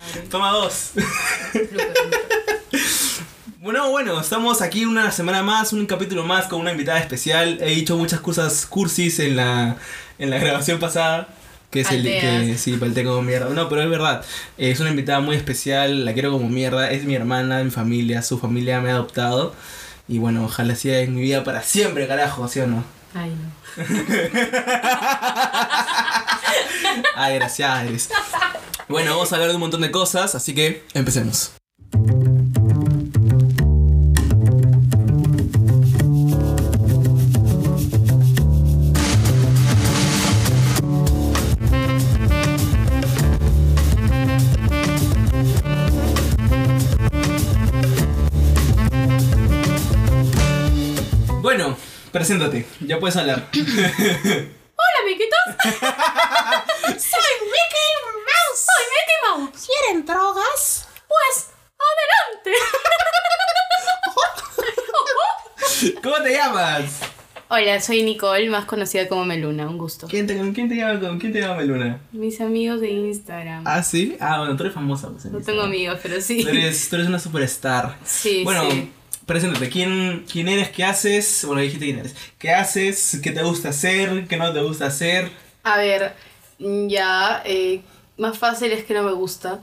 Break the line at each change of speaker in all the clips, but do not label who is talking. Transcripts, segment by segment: madre.
Toma dos. Bueno, bueno, estamos aquí una semana más, un capítulo más con una invitada especial. He dicho muchas cosas cursis en la, en la grabación pasada. Que es el
Palteas.
que sí, palteé como mierda. No, pero es verdad. Es una invitada muy especial, la quiero como mierda. Es mi hermana, mi familia, su familia me ha adoptado. Y bueno, ojalá sea en mi vida para siempre, carajo, ¿sí o no?
Ay, no.
Ay, gracias. Iris. Bueno, vamos a hablar de un montón de cosas, así que empecemos. Bueno, Preséntate, ya puedes hablar.
Hola, amiguitos. Soy Mickey Mouse. Soy Mickey Mouse. ¿Quieren drogas? Pues, adelante.
¿Cómo te llamas?
Hola, soy Nicole, más conocida como Meluna. Un gusto.
¿Quién te, ¿Con quién te llama? ¿Con quién te llama Luna?
Mis amigos de Instagram.
Ah, sí. Ah, bueno, tú eres famosa. Pues, en
no tengo
Instagram.
amigos, pero sí.
Tú eres, tú eres una superstar.
Sí,
bueno,
sí.
preséntate. ¿Quién, ¿Quién eres? ¿Qué haces? Bueno, dijiste quién eres. ¿Qué haces? ¿Qué te gusta hacer? ¿Qué no te gusta hacer?
A ver, ya, eh, más fácil es que no me gusta.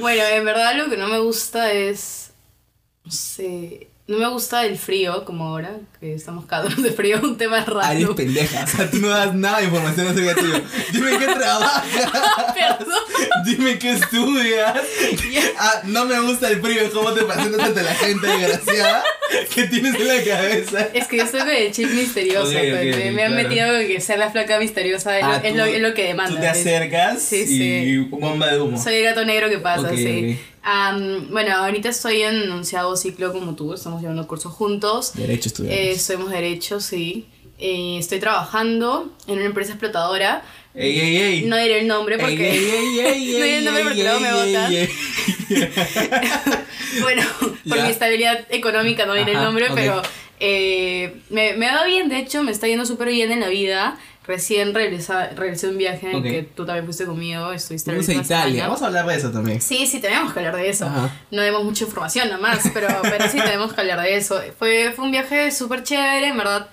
bueno, en verdad lo que no me gusta es, no sé, no me gusta el frío, como ahora, que estamos cagados de frío, un tema
Ay, Ah, eres
raro.
pendeja. O sea, tú no das nada de información acerca tuyo. Dime en qué trabajas.
Perdón.
Dime en qué estudias. Ah, no me gusta el frío. ¿Cómo te presentas ante la gente desgraciada? ¿Qué tienes en la cabeza?
Es que yo soy de chip misterioso,
Ok,
pues,
ok,
me, me han
claro.
metido en que sea la flaca misteriosa, es,
Ah,
lo, es
tú-
lo- es lo que demanda.
Tú te
¿ves?
acercas
Sí,
y
sí.
bomba de humo.
Soy el gato negro que pasa,
Ok,
sí. Am, bueno, ahorita estoy en onceavo ciclo como tú, estamos llevando cursos juntos.
Derecho
Eh,
estudiantes.
somos derechos, sí. Eh, estoy trabajando en una empresa explotadora.
ey, ey, ey.
No diré el nombre
Ey,
porque.
ey, ey, ey, ey,
No diré el nombre
ey,
porque luego
ey,
me
ey,
botan.
ey.
Bueno, por
Ya.
mi estabilidad económica no diré el
Ajá,
nombre,
ok.
pero eh, me, me va bien, de hecho, me está yendo súper bien en la vida. Recién regresa, regresé de un viaje en
Ok.
el que tú también fuiste conmigo, estuviste la
Vamos a
última
Italia.
semana.
Vamos a hablar de eso también.
Sí, sí, tenemos que hablar de eso.
Ajá.
No demos mucha información nomás, pero, pero sí tenemos que hablar de eso. Fue, fue un viaje súper chévere, en verdad.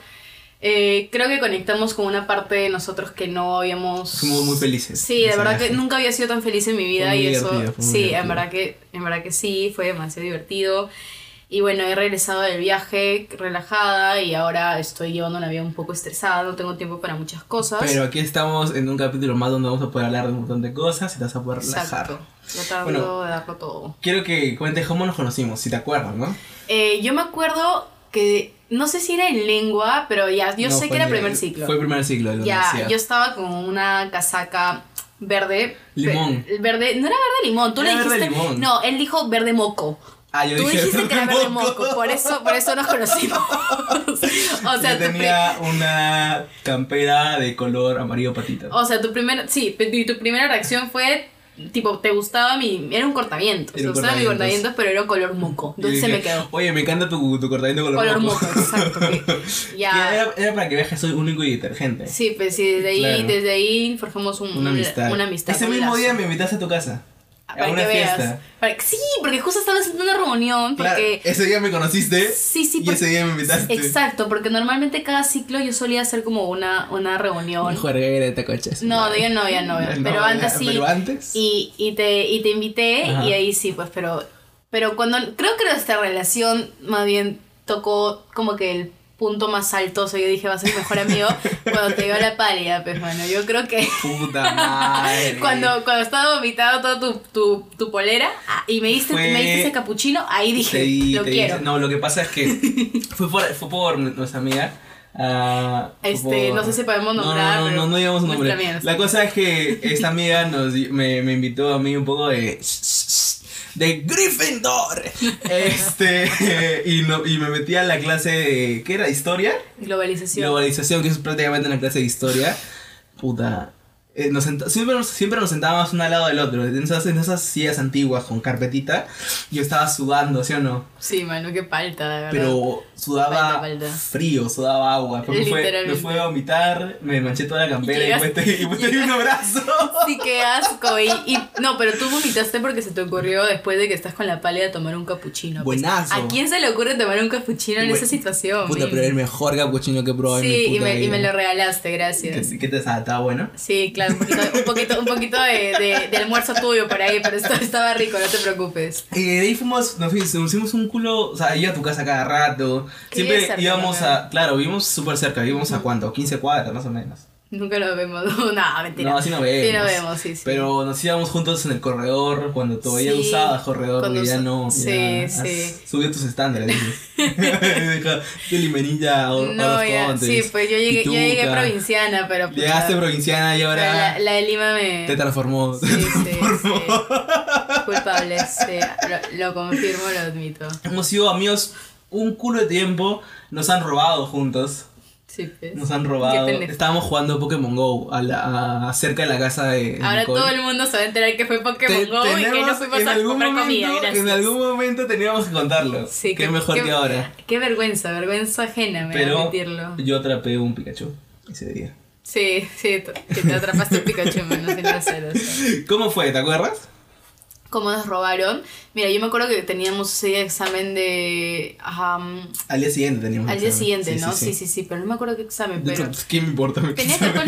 Eh, creo que conectamos con una parte de nosotros que no habíamos...
Fuimos muy felices.
Sí, de
Ese
verdad que
viaje.
nunca había sido tan feliz en mi vida
Fue muy
y eso...
divertido, fue muy
Sí,
divertido.
en verdad, que, en verdad que sí, fue demasiado divertido. Y bueno, he regresado del viaje relajada y ahora estoy llevando una vida un poco estresada, no tengo tiempo para muchas cosas.
Pero aquí estamos en un capítulo más donde vamos a poder hablar de un montón de cosas y te vas a poder relajar.
Exacto, tratando
Bueno.
de darlo todo.
Quiero que cuentes cómo nos conocimos, si te acuerdas, ¿no?
Eh, yo me acuerdo que, no sé si era en lengua, pero ya, yo
No,
sé que
fue
era
en-
primer ciclo.
Fue primer ciclo de la
ya,
universidad.
yo estaba con una casaca verde.
Limón.
Ve- Verde, no era verde limón, tú
Era
le
verde
dijiste.
limón.
No, él dijo verde moco.
Ah, yo
tú
dije,
dijiste que era verde
"Moco".
moco, por eso, por eso nos conocimos. o sea,
yo
tu pri-
tenía una campera de color amarillo patita.
o sea, tu primera, sí, pe- y tu primera reacción fue tipo, te gustaba mi, era un cortavientos,
Era
te
un
gustaba mi
cortavientos.
cortavientos, pero era color moco,
Yo
entonces se
dije,
me quedó.
Oye, me encanta tu, tu cortadito color,
Color
moco".
moco, exacto. que- ya.
Que era, era para que veas que soy único y detergente.
Sí, pues sí, desde ahí,
Claro.
desde ahí forjamos un-
Una amistad.
Una amistad.
Ese
un
mismo
lazo.
día me invitaste a tu casa.
Para
a una
que veas.
fiesta.
Para que- sí, porque justo estaba haciendo una reunión.
Claro,
Porque.
ese día me conociste
Sí, sí,
y
porque-
ese día me invitaste.
Exacto, porque normalmente cada ciclo yo solía hacer como una, una reunión.
Juerguera de tacoches.
No, de ya no, ya no, pero antes sí.
Pero antes.
Y, y, te, y te invité
Ajá.
y ahí sí, pues, pero, pero cuando, creo que nuestra relación más bien tocó como que el punto más alto, o sea, yo dije, va a ser mi mejor amigo cuando te dio la pálida, pues bueno, yo creo que
Puta madre.
cuando, cuando estaba vomitado toda tu, tu, tu polera ah, y me diste,
Fue-
me diste ese capuchino, ahí dije,
Te di-
lo
te di-
quiero.
No, lo que pasa es que fue por, fue por nuestra amiga. ah, fue
Este, no sé si podemos
No,
nombrar,
No, no,
pero
no, no digamos un
nuestra
nombre.
amiga,
La cosa es que esta amiga nos, di- me, me invitó a mí un poco de. De Gryffindor. Este. Y, no, y me metí a la clase de. ¿Qué era? ¿Historia?
Globalización.
Globalización, que es prácticamente una clase de historia. Puta. Eh, nos senta- siempre, nos- siempre nos sentábamos uno al lado del otro, en esas, en esas sillas antiguas con carpetita. Yo estaba sudando, ¿sí o no?
Sí, mano, qué falta, de verdad.
Pero sudaba
Palta, palta.
frío, sudaba agua. Después me fue, me
Literalmente.
fue a vomitar, me manché toda la campera y,
llegas-
después te, y después te di un abrazo.
Sí, qué asco. Y, y- no, pero tú vomitaste porque se te ocurrió después de que estás con la pálida tomar un capuchino. pues.
Buenazo.
¿A quién se le ocurre tomar un capuchino en
Buen-
esa situación?
Puta,
men?
pero el mejor capuchino que he probado en mi
sí, y
puta
me, y me
vida.
lo regalaste, gracias.
¿Qué, qué te sabe? ¿Estaba bueno?
Sí, claro, un poquito, un poquito, un poquito de, de- de almuerzo tuyo por ahí, pero esto estaba rico, no te preocupes.
Y Eh, de ahí fuimos, nos fuimos, nos hicimos un culo, o sea, iba a tu casa cada rato.
Que
Siempre
vive cerca,
íbamos
¿no?
a, claro, vivimos súper cerca, vivimos a cuánto, 15 cuadras más o menos.
Nunca lo vemos. No, mentira.
No, así no vemos.
Sí, no vemos, sí, sí.
Pero nos íbamos juntos en el corredor, cuando todavía
Sí,
usabas corredor,
cuando
porque ya
usa-
no.
sí,
ya has
sí.
Subió tus estándares. dices. Deja de limerilla a a
no,
los
ya-
contes.
sí, pues yo llegué, yo llegué pues,
Pituca.
provinciana, pero. puta,
Llegaste provinciana y
pero
ahora
La, la de Lima me.
te transformó.
Sí, sí, sí. Culpable, sí. Lo, lo confirmo, lo admito.
Hemos sido amigos un culo de tiempo, nos han robado juntos.
Sí, pues.
Nos han robado. este
Qué pendejo.
Estábamos jugando Pokémon Go a la- a- cerca de la casa de. de
Ahora
Nicole.
todo el mundo se va a enterar que fue Pokémon
Te-
Go y que no
tenemos-
fuimos
en
a
algún
comprar comida,
momento-
gracias.
En algún momento teníamos que contarlo.
Sí,
que mejor que ahora.
Qué vergüenza, vergüenza ajena, me voy a
Pero
admitirlo.
yo atrapé un Pikachu ese día.
Sí, sí, t- que te atrapaste un Pikachu, man, no sé qué hacer. o sea.
¿Cómo fue? ¿Te acuerdas?
¿Cómo nos robaron? Mira, yo me acuerdo que teníamos ese día examen de. ajá,
Al día siguiente teníamos.
al
el
día
examen.
siguiente, ¿no? Sí sí, sí, pero no me acuerdo qué examen,
De hecho,
pero.
¿Qué me importa?
Tenía que ver con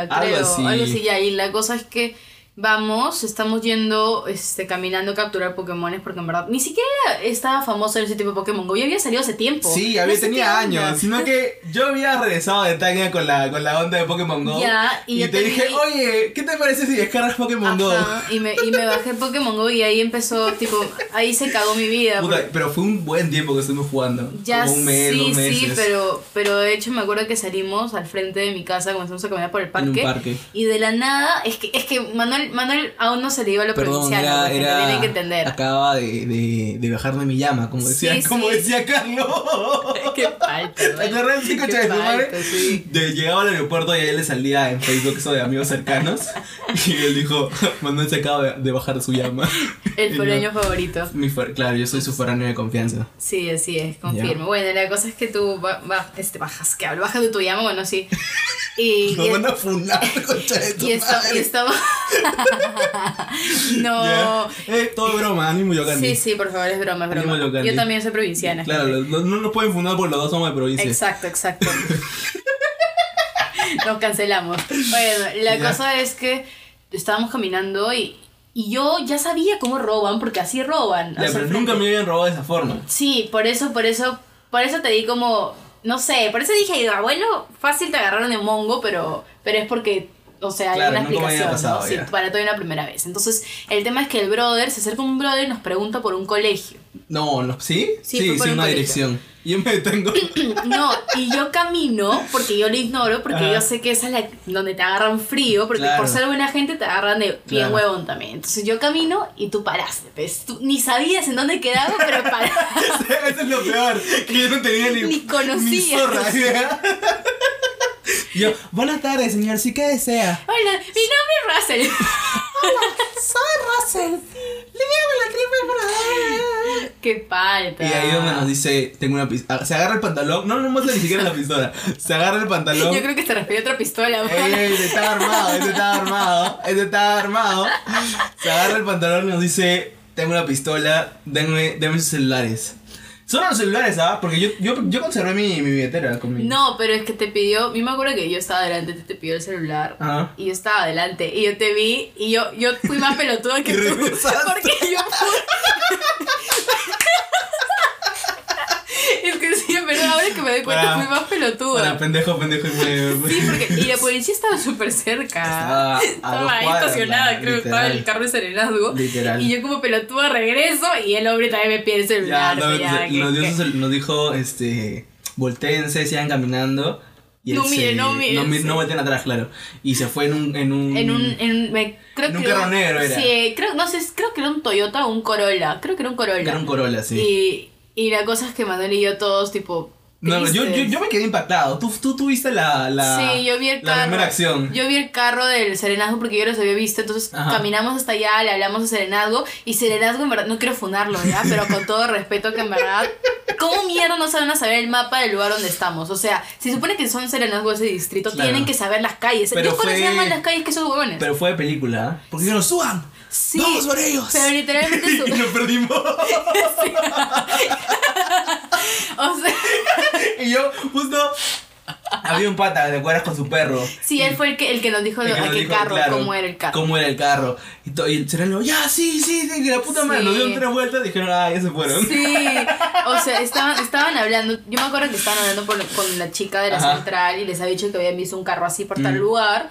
Algo
creo. Algo
así.
así. ya. Y la cosa es que vamos, estamos yendo, este, caminando a capturar Pokémones, porque en verdad ni siquiera estaba famoso ese tipo de Pokémon Go. Ya había salido hace tiempo.
Sí,
No
había,
sé qué
tenía
onda.
años, sino que yo había regresado de Tania con la, con la onda de Pokémon Go.
Ya, y yo
te
te
dije,
vi-
oye, ¿qué te parece si descargas Pokémon
Ajá, y me, y me bajé Pokémon Go y ahí empezó, tipo, ahí se cagó mi vida.
Go? Puta,
porque-
pero fue un buen tiempo que estuvimos jugando.
Ya
como un mes,
sí,
dos meses.
sí, pero, pero de hecho me acuerdo que salimos al frente de mi casa, comenzamos a caminar por el parque.
En un parque.
Y de la nada, es que, es que Manuel, Manuel aún no se le iba a lo
Perdón,
provinciano,
era,
la gente
era-
tiene que entender.
Acababa de, de, de bajarme mi llama, como decía,
Sí, sí.
como decía Carlos.
Qué falta,
¿Te acuerdas del chico
Qué
Chávez,
falta, sí.
Llegaba al aeropuerto y a él le salía en Facebook eso de amigos cercanos. y él dijo, Manuel se acaba de, de bajar su llama. Y
El
yo,
poloño favorito.
mi for- claro, yo soy su foráneo de confianza.
Sí, así es, confirmo. Bueno, la cosa es que tú ba- ba- este, bajas, que hablo, bajas de tu llama, bueno, sí. Y,
Nos
y-
van a funar, concha de tu
y esto- y
madre.
estamos. no.
Ya. Eh, todo broma, ánimo yo
Sí, sí, por favor, es broma, es
Ánimo,
broma.
Yocandi.
Yo también soy provinciana.
Claro, los- los- no nos pueden fundar porque los dos somos de provincia.
Exacto, exacto. Nos cancelamos. Bueno, la
Ya.
cosa es que estábamos caminando y, y yo ya sabía cómo roban, porque así roban.
Ya,
O sea,
pero
al
nunca
frente.
me habían robado de esa forma.
Sí, por eso, por eso, por eso te di como, no sé, por eso dije, abuelo, fácil te agarraron de mongo, pero, pero es porque, o sea,
Claro,
hay una
nunca me había
explicación,
pasado,
¿no? Sí,
ya.
para todo hay una primera vez. Entonces, el tema es que el brother, se acerca un brother y nos pregunta por un colegio.
No, no, ¿sí?
Sí,
sí,
fue por
sí,
un
una
colegio.
dirección. Yo me detengo.
No, y yo camino, porque yo lo ignoro, porque
Ajá.
yo sé que esa es la donde te agarran frío, porque
Claro.
por ser buena gente te agarran de bien
Claro.
huevón también. Entonces yo camino y tú paraste, pues. Tú ni sabías en dónde quedaba, pero paraste.
Eso es lo peor, que yo no tenía ni,
Ni conocía.
zorra, idea. Yo, buenas tardes, señor, ¿sí qué desea?
Hola, mi nombre es Russell.
Soy Russell, le la triple
Qué falta.
Y ahí donde nos dice, tengo una pistola. Se agarra el pantalón, no, no muestra ni siquiera la pistola. Se agarra el pantalón.
Yo creo que se refiere a otra pistola.
Ey,
mano.
ey, ese estaba armado, ese estaba armado, ese estaba armado. Se agarra el pantalón y nos dice, tengo una pistola, denme, denme sus celulares. Solo los celulares, ¿ah? Porque yo, yo, yo conservé mi, mi billetera con mi...
No, pero es que te pidió, yo me acuerdo que yo estaba adelante, te, te pidió el celular.
Ajá.
Y yo estaba adelante y yo te vi y yo, yo fui más pelotuda que
Y
tú.
regresaste.
Porque yo fui- Es que sí, pero ahora que me doy cuenta
Para-
fui más pelotuda.
Para pendejo, pendejo. y me-
Sí, porque. Y la policía estaba súper cerca.
Estaba a dos
ahí
cuadras,
estacionada,
la-
creo que estaba en el
literal.
carro de serenazgo.
Literal.
Y yo como pelotuda regreso y el hombre también me pide el
Ya,
celular.
no,
pues, ya,
nos,
que-
dio
que-
su cel- nos dijo, este, volteense, sigan caminando. Y él
No miren,
se-
no miren,
No, mi-
sí.
no volteen atrás, claro. Y se fue en un... En un...
En un. En, me- creo
En
que
un carro
era-
negro era.
Sí, creo, no sé, creo que era un Toyota o un Corolla. Creo que era un Corolla.
era un Corolla, sí.
Y, y la cosa es que Manuel y yo todos, tipo.
No, no, yo, yo,
tristes.
yo me quedé impactado. Tú, tú tuviste la, la,
sí, yo vi el
la
carro.
primera acción.
Yo vi el carro del Serenazgo porque yo los había visto. Entonces
Ajá.
caminamos hasta allá, le hablamos a Serenazgo. Y Serenazgo, en verdad, no quiero funarlo, ¿ya? Pero con todo respeto, que en verdad. ¿Cómo mierda no saben a saber el mapa del lugar donde estamos? O sea, se supone que son serenazgos de ese distrito,
Claro.
tienen que saber las calles.
Pero
Yo conocía
fue-
más las calles que esos huevones.
Pero fue de película, ¿eh? Porque dijeron, suban.
Sí,
Vamos por ellos.
Pero literalmente su-
y nos perdimos.
o sea,
y yo, justo, había un pata, ¿te acuerdas? Con su perro.
sí, él fue el que, el que nos dijo
El
lo-
que
a
nos
qué
dijo,
carro,
claro,
cómo era el carro.
Cómo era el carro. Y, to- y el sereno, ya, sí, sí, sí, que la puta madre.
Sí.
Nos dieron tres vueltas y dijeron, ah, ya se fueron.
Sí, o sea, estaban, estaban hablando, yo me acuerdo que estaban hablando por- con la chica de la
Ajá.
central y les había dicho que habían visto un carro así por
Mm.
tal lugar.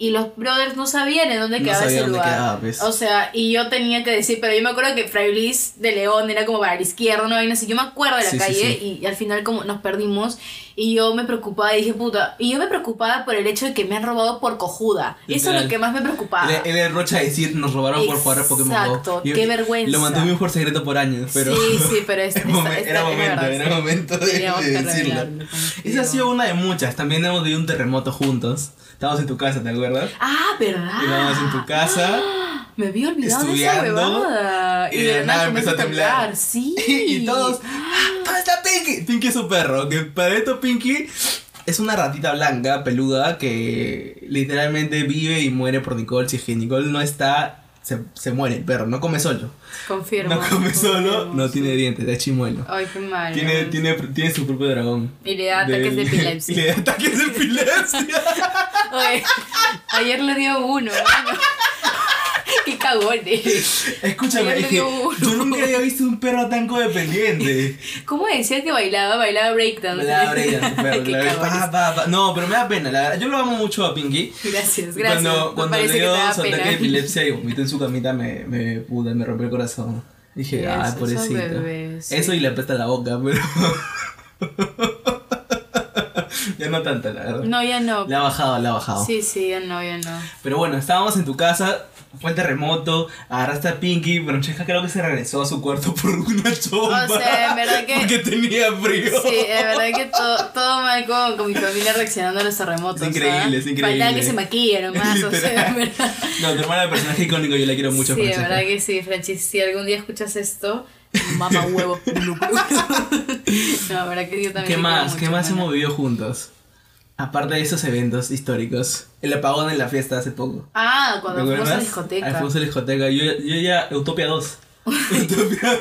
Y los brothers no sabían en dónde
No
quedaba ese
sabían dónde
lugar.
quedaba, pues.
O sea, y yo tenía que decir, pero yo me acuerdo que Fray Luis de León era como para la izquierda, una vaina así. Yo me acuerdo de la
Sí, sí,
calle
sí.
Y, al final como nos perdimos. Y yo me preocupaba y dije, puta. Y yo me preocupaba por el hecho de que me han robado por cojuda. Eso es
Literal. eh,
lo que más me preocupaba.
Él, él era Rocha a decir, nos robaron por jugar a Pokémon Go.
Exacto,
Y-
qué vergüenza.
Lo mantuve un juego secreto por años, pero.
sí, sí, pero es,
era
esta-
momen-
esta-
era
es
momento,
verdad,
era
sí.
momento de,
Teníamos
de
que
decirlo.
revelarlo, como que
Esa ha
no.
sido una de muchas. También hemos vivido un terremoto juntos. Estábamos en tu casa, ¿te acuerdas?
Ah, ¿verdad?
Estábamos en tu casa.
Me había olvidado de esa
estudiando,
huevada.
y de la nada
comenzó
empezó a temblar.
Sí.
Y todos, "Ah, ¿dónde está Pinky? Pinky es un perro, que para esto Pinky es una ratita blanca, peluda, que literalmente vive y muere por Nicole. Si es que Nicole no está, se, se muere el perro, no come solo.
Confirmo.
no come solo,
confirmo,
no
sí.
tiene dientes, es chimuelo.
Ay, qué mal.
Tiene, tiene, tiene su propio dragón.
Y le da ataques de epilepsia.
Y le da ataques de epilepsia.
Oye, ayer le dio uno. bueno. qué cagones.
Escúchame, es
Ayer le
que
dio uno.
yo nunca había visto un perro tan codependiente.
¿Cómo decía que bailaba? Bailaba breakdance.
La breña, pero
Qué
la verdad,
cagones.
pa, pa, pa. No, pero me da pena. la verdad. Yo lo amo mucho a Pinky.
Gracias,
Y
gracias.
Cuando,
Me
cuando
parece
le
que te
dio
da
su
pena.
ataque de epilepsia y vomitó en su camita, me, me, puta, me rompió el corazón. Dije,
Eso,
ay,
esos
pobrecito.
bebés, sí.
Eso y le apesta la boca, pero. ya no tanta, la verdad.
No, ya no.
La ha bajado, la ha bajado.
Sí, sí, ya no, ya no.
Pero bueno, estábamos en tu casa, fue el terremoto, agarraste a Pinky, pero Cheja creo que se regresó a su cuarto por una chomba.
sea, en verdad que-
Porque tenía frío.
Sí, es verdad que todo, todo mal con, con mi familia reaccionando a los terremotos.
Es increíble,
¿ah?
es increíble.
Faltaba que se maquille nomás, o sea,
Literal.
en verdad.
No, tu hermana es el personaje icónico, yo la quiero mucho.
sí, es
Francesca.
verdad que sí, Francis. Si algún día escuchas esto, mamá huevo. no, la verdad que yo también.
¿Qué
te
más?
quiero
¿Qué
mucho,
más
hermana.
hemos vivido juntos? Aparte de esos eventos históricos. El apagón en la fiesta hace poco.
Ah,
¿Te
cuando fuimos a la
acuerdas? Ahí
discoteca.
fuimos a la discoteca. Yo, yo ya, Utopia 2. Utopia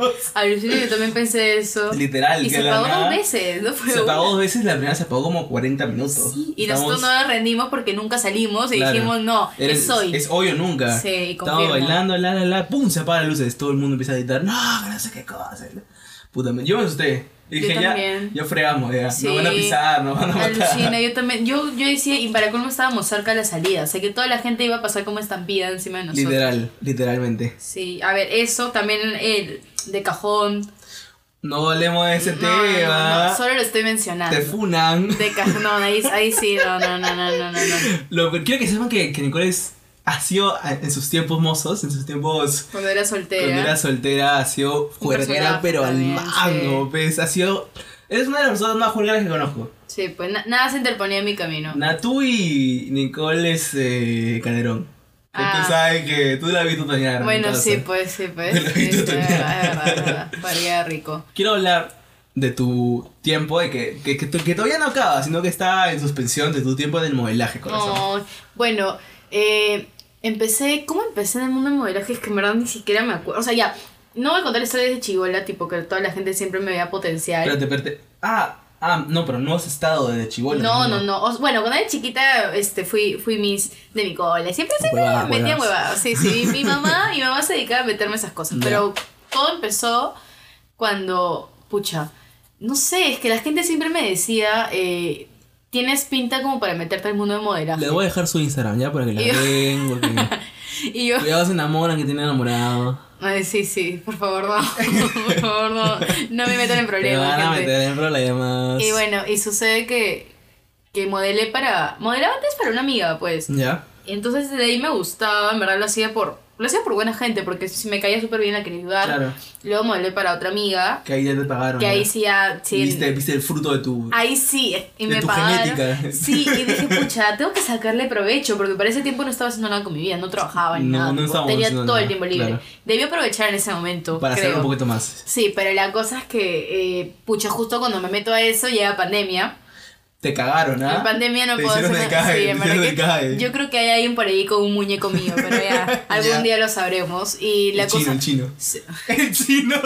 2.
Alucina, yo también pensé eso.
Literal.
Y
que
se
de la
pagó
nada-
dos veces, ¿no? Fue
Se
una.
apagó dos veces, la primera se apagó como 40 minutos.
Sí, y
Estábamos-
nosotros no nos rendimos porque nunca salimos y
Claro.
dijimos, no,
Era-
es hoy.
Es hoy o nunca.
Sí, y
Estábamos
confirmo.
bailando, la, la, la, pum, se apagan las luces. Todo el mundo empieza a gritar, no, que no sé qué cosa. Puta, me- yo me asusté. Y
Yo
dije, ya,
también.
ya fregamos, ya.
Sí.
Nos van a pisar, nos van a matar.
Alucina, yo también, yo, yo decía, y para colmo estábamos cerca de la salida, o sea que toda la gente iba a pasar como estampida encima de nosotros.
Literal, literalmente.
Sí, a ver, eso también el de cajón.
No hablemos de ese
No, no, no,
tema. ¿ah?
no, solo lo estoy mencionando.
Te funan.
De cajón, no, ahí, ahí sí, no, no, no, no, no, no. no.
Lo que quiero que sepan que, que Nicole es- ha sido a- en sus tiempos mozos, en sus tiempos
Cuando era soltera.
Cuando era soltera ha sido juerguera,
personaje
pero al
también,
mango, pues. Ha sido. Eres una de las personas más juergueras que conozco.
Sí, pues na- nada se interponía en mi camino.
Natu y Nicole es eh, Calderón. Que
Ah.
Tú sabes que tú la has visto toñar.
bueno,
entonces.
sí, pues, sí, pues.
Te lo
sí,
vi
sí, es
tutorial.
verdad, es verdad, es verdad. Paría rico.
Quiero hablar de tu tiempo, de que, que, que, que todavía no acaba, sino que está en suspensión de tu tiempo en el modelaje, corazón.
No, bueno, eh, empecé, ¿cómo empecé en el mundo del modelaje? Es que en verdad ni siquiera me acuerdo. O sea, ya, no voy a contar historias de chivola, tipo que toda la gente siempre me veía potencial.
Espérate, espérate. Ah, ah, no, pero no has estado desde chivolo.
no, no, no. O- bueno, cuando era chiquita este, fui, fui mis de mi cole. Siempre, siempre
Huevadas,
me metía
huevadas.
huevadas. Sí, sí. Mi mamá, mi mamá se dedicaba a meterme esas cosas.
Ya.
Pero todo empezó cuando, pucha, no sé, es que la gente siempre me decía, eh, tienes pinta como para meterte al mundo de modelaje.
Le voy a dejar su Instagram ya para que la
Y-
vean, porque
Y yo,
cuidado se enamoran que tiene enamorado.
Ay, sí, sí, por favor no, por favor no, no me metan en
Te
problemas.
van a
gente.
meter en problemas.
Y bueno, y sucede que, que modelé para, modelaba antes para una amiga, pues.
¿Ya?
Entonces de ahí me gustaba, en verdad lo hacía por, Lo hacía por buena gente, porque si me caía súper bien la quería ayudar.
Claro.
Luego modelé para otra amiga,
Que ahí ya te pagaron.
que ahí
ya.
sí ya... sí,
Viste, viste el fruto de tu.
Ahí sí, y
De
me
tu
pagaron.
genética.
Sí, y dije, pucha, tengo que sacarle provecho, porque para ese tiempo no estaba haciendo nada con mi vida, no trabajaba ni
No,
nada.
no
tipo,
estábamos
tenía todo
haciendo
el
nada,
tiempo libre.
claro.
Debí aprovechar en ese momento.
para hacerlo
creo.
un poquito más.
Sí, pero la cosa es que, eh, pucha, justo cuando me meto a eso llega pandemia.
Te cagaron, ¿ah?
En pandemia no
te
puedo hacer
hicieron de
nada.
cae,
Sí,
te
en
hicieron
verdad
de
que
cae.
Yo creo que hay alguien por ahí con un muñeco mío, pero ya, algún
Ya.
día lo sabremos. Y la
el
cosa.
chino, el chino.
Sí,
El chino.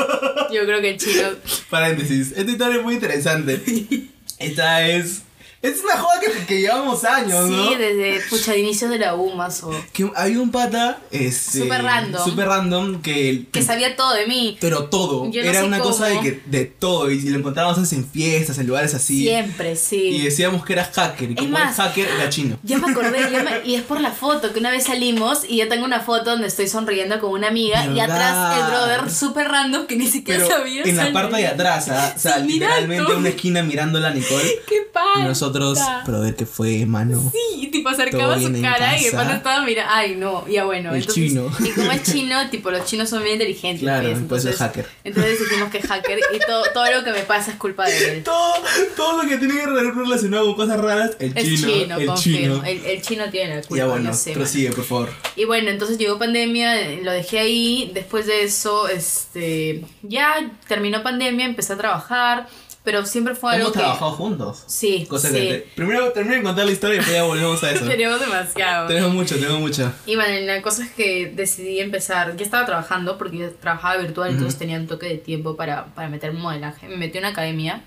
Yo creo que el chino.
Paréntesis. Esta historia es muy interesante. Esta es. Es una joda que, que llevamos años, ¿no?
Sí, desde, pucha, de inicios de la U más o.
Que había un pata. Este,
Súper random.
Super random que.
Que sabía todo de mí.
pero todo.
Yo no
Era
sé
una cosa de
cómo.
que de todo. Y lo encontrábamos en fiestas, en lugares así.
Siempre, sí.
Y decíamos que era hacker. Y
Es
como
más,
el hacker era chino.
Ya me acordé, ya me- y es por la foto, que una vez salimos y yo tengo una foto donde estoy sonriendo con una amiga y
¿Verdad?
atrás el brother súper random que ni siquiera
Pero
sabía.
en la
sonreír.
parte de atrás, ¿ah? o sea,
Sí, mirando.
literalmente una esquina mirándola a Nicole.
¡Qué
Y
padre!
nosotros, brother, que fue, mano.
Sí, y tipo
Todo
acercaba su
bien en
cara y el
casa.
pata estaba mirando. Ay, no, ya bueno.
El
entonces,
chino.
Y como es chino, tipo los chinos son bien inteligentes.
Claro,
pues,
por eso es
entonces-
hacker.
Entonces dijimos que es hacker y todo, todo lo que me pasa es culpa de él.
Todo, todo lo que tiene que ver relacionado con cosas raras, el
Es
chino.
chino,
el
confirmo.
chino.
El, el chino tiene la culpa.
ya bueno,
no sé, mano.
prosigue, por favor.
Y bueno, entonces llegó pandemia, eh, lo dejé ahí. Después de eso, este, ya terminó pandemia, empecé a trabajar, pero siempre fue algo
Hemos
que
trabajado juntos.
sí,
Cosa
sí.
que te- Primero termino de contar la historia y después ya volvemos a eso.
Tenemos demasiado.
tenemos mucho, tenemos mucho.
Y bueno, la cosa es que decidí empezar. Ya estaba trabajando porque yo trabajaba virtual, entonces tenía un toque de tiempo para, para meter modelaje. Me metí a una academia.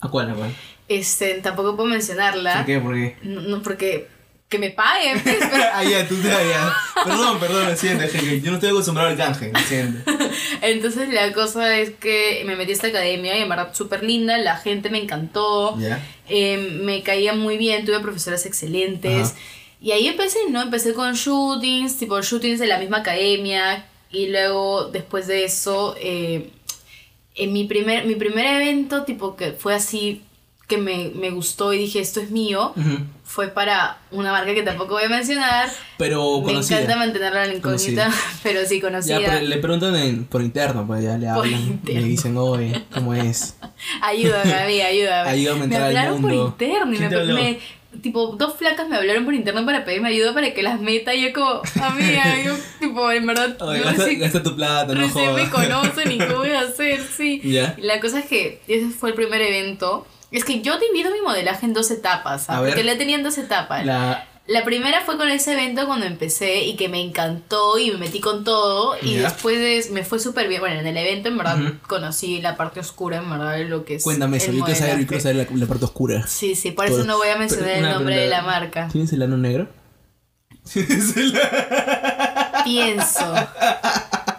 ¿A cuál, a cuál?
Este, tampoco puedo mencionarla.
¿Por qué? ¿Por qué?
No, no, porque que me paguen, pues, pero
Ah, ya, tú te allá. Perdón, perdón, lo siento, gente. Yo no estoy acostumbrado al canje, lo siento.
Entonces la cosa es que me metí a esta academia y en verdad súper linda, la gente me encantó,
Ya.
eh, me caía muy bien, tuve profesoras excelentes.
Ajá.
Y ahí empecé, ¿no? Empecé con shootings, tipo shootings de la misma academia. Y luego después de eso, eh, en mi primer, mi primer evento, tipo que fue así, que me, me gustó y dije, esto es mío,
Ujú.
fue para una marca que tampoco voy a mencionar.
Pero
me
conocida.
encanta mantenerla en la incógnita, pero sí
Ya,
conocida.
pero le preguntan en- por interno, pues ya le
Por
hablan. Y le
interno.
dicen, oye, ¿cómo es?
Ayúdame, amiga, ayúdame.
Ayúdame a
me
entrar al
hablaron
mundo.
por interno y
¿Quién
me,
te habló?
me- tipo dos flacas me hablaron por interno para pedirme ayuda para que las meta y yo como, amiga, yo tipo en verdad
Oye,
yo
gasta,
recién-
gasta tu plata, no
recién me
jodas.
conocen y qué voy a hacer, sí.
Ya.
La cosa es que ese fue el primer evento. Es que yo divido mi modelaje en dos etapas,
A
¿sabes?
ver.
porque la tenía en dos etapas. La...
La,
primera fue con ese evento cuando empecé y que me encantó y me metí con todo y
Ya.
después de- me fue súper bien. Bueno, en el evento en verdad
Ujú.
conocí la parte oscura, en verdad, de lo que es
cuéntame eso,
el
yo quiero saber, yo
modelaje.
quiero saber la, la parte oscura.
Sí, sí, por eso
Todo.
no voy a mencionar
Pero
el
una
nombre de la
pregunta,
marca.
¿Tienes el ano negro? ¿Tienes el ano?
Pienso.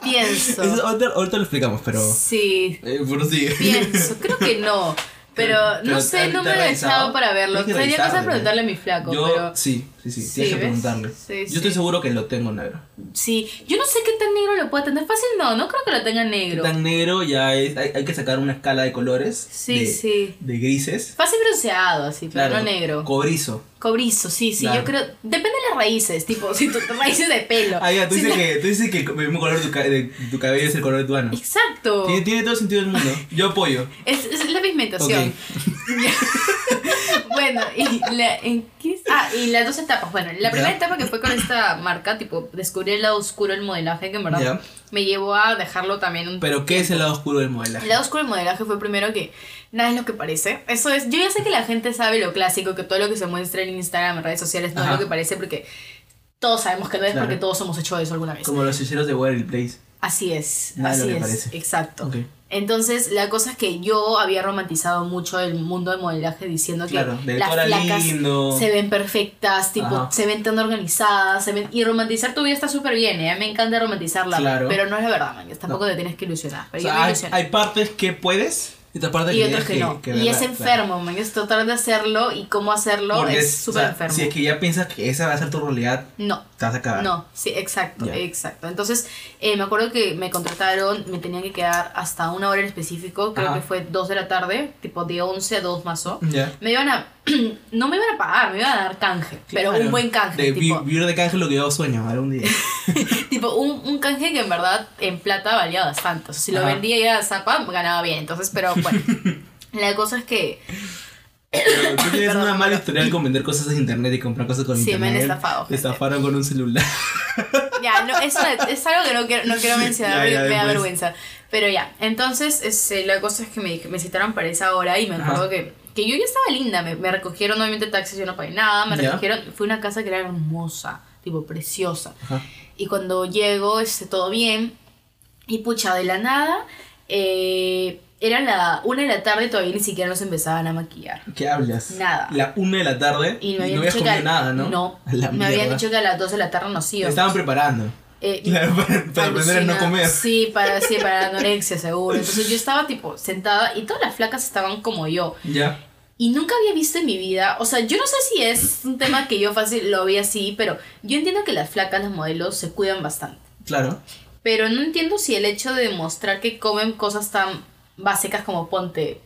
Pienso.
Eso ahorita, ahorita lo explicamos, pero.
Sí,
Eh, pero sí.
pienso. Creo que no. Pero no
Pero
sé,
te-
no
te
me lo he
revisado.
echado para verlo.
Tienes que
Sería cosa
revisarlo,
preguntarle a
¿no?
mi flaco,
Yo,
pero.
sí, sí, sí,
Sí,
tienes que
¿ves?
preguntarle.
Sí,
yo
sí.
estoy seguro que lo tengo negro.
Sí, yo no sé qué tan negro lo pueda tener. Fácil no, no creo que lo tenga negro.
Tan negro ya es. Hay, hay que sacar una escala de colores.
Sí,
de,
sí.
De grises.
Fácil bronceado, así, pero no negro.
Cobrizo.
Cobrizo, sí, sí,
Claro.
yo creo. Depende de las raíces, tipo, si tus raíces de pelo.
Ah, ya, tú
Si
dices
la-
que, tú dices que el mismo color de tu, ca- de tu cabello es el color de tu ano.
Exacto.
Tiene, tiene todo el sentido del mundo. Yo apoyo.
Es, es la pigmentación. bueno, y la, ¿en qué- Ah, y las dos etapas. Bueno, la
Ya.
primera etapa que fue con esta marca, tipo, descubrí el lado oscuro del modelaje, que en verdad
Ya.
me llevó a dejarlo también un...
Pero ¿qué es el lado oscuro del modelaje?
el lado oscuro del modelaje fue primero que nada es lo que parece. Eso es, yo ya sé que la gente sabe lo clásico, que todo lo que se muestra en Instagram, en redes sociales, no
Ajá.
es lo que parece porque todos sabemos que no es
Claro.
porque todos hemos hecho eso alguna vez.
Como los hechiceros de Waverly Place.
Así es,
Nada de
así
lo que
es,
parece.
exacto.
Ok.
Entonces, la cosa es que yo había romantizado mucho el mundo del modelaje diciendo
Claro,
que
de
las
todo era
placas
lindo.
se ven perfectas, tipo,
Ajá.
se ven tan organizadas, se ven... Y romantizar tu vida está súper bien, ¿eh? Me encanta romantizarla,
Claro.
pero no es la verdad, man. Tampoco te tienes que ilusionar.
O
Pero
sea,
yo me
hay,
ilusioné.
hay partes que puedes y otras partes
y
que
otros
tienes
que, no.
que
y
verla,
es
claro.
enfermo, man. Es tratar de hacerlo y cómo hacerlo
Porque
es
o
súper
sea,
enfermo.
Si es que ya piensas que esa va a ser tu realidad,
No.
te vas a cagar.
No, sí, exacto,
Ah. Ya.
exacto. Entonces, eh, me acuerdo que me contrataron, me tenían que quedar hasta una hora en específico, creo
Ajá.
que fue 2 de la tarde, tipo de 11 a 2 más o.
Ya.
Me iban a no me iban a pagar, me iban a dar canje, pero un buen canje.
De vi-
tipo,
vivir de canje es lo que yo sueño algún día.
tipo un, un canje que en verdad en plata valía bastante. O sea, si lo
Ajá.
vendía ya a Zapa, ganaba bien. Entonces, pero bueno. la cosa es que
Pero tú tienes
Perdón,
una mala
perdón.
historial con vender cosas en internet y comprar cosas con
Sí, me han
internet.
estafado,
Te
gente.
estafaron con un celular.
Ya, no, es, una- es algo que no quiero, no quiero mencionar,
Ya,
porque
ya,
me da
después.
vergüenza. Pero ya, entonces este, la cosa es que me, me citaron para esa hora y me acuerdo
Ajá.
que, que yo ya estaba linda. Me, me recogieron, obviamente taxis, yo no pagué nada. Me
Ya.
recogieron, fue una casa que era hermosa, tipo preciosa.
Ajá.
Y cuando llego, este, todo bien. Y pucha, de la nada, eh, era la una de la tarde y todavía ni siquiera nos empezaban a maquillar.
¿Qué hablas?
Nada.
La una de la tarde
Y me
y
habían
no habías
dicho que
comido
a-
nada, ¿no?
No,
A la
me habían
mierda.
dicho que a las 2 de la tarde nos
Te
íbamos.
estaban preparando.
Eh,
Claro, para, para aprender a no
Alucina.
comer.
Sí, para, sí, para la anorexia, seguro. Entonces yo estaba tipo sentada y todas las flacas estaban como yo.
Ya.
Y nunca había visto en mi vida, o sea, yo no sé si es un tema que yo fácil lo vi así, pero yo entiendo que las flacas, las modelos, se cuidan bastante.
Claro.
Pero no entiendo si el hecho de mostrar que comen cosas tan básicas como ponte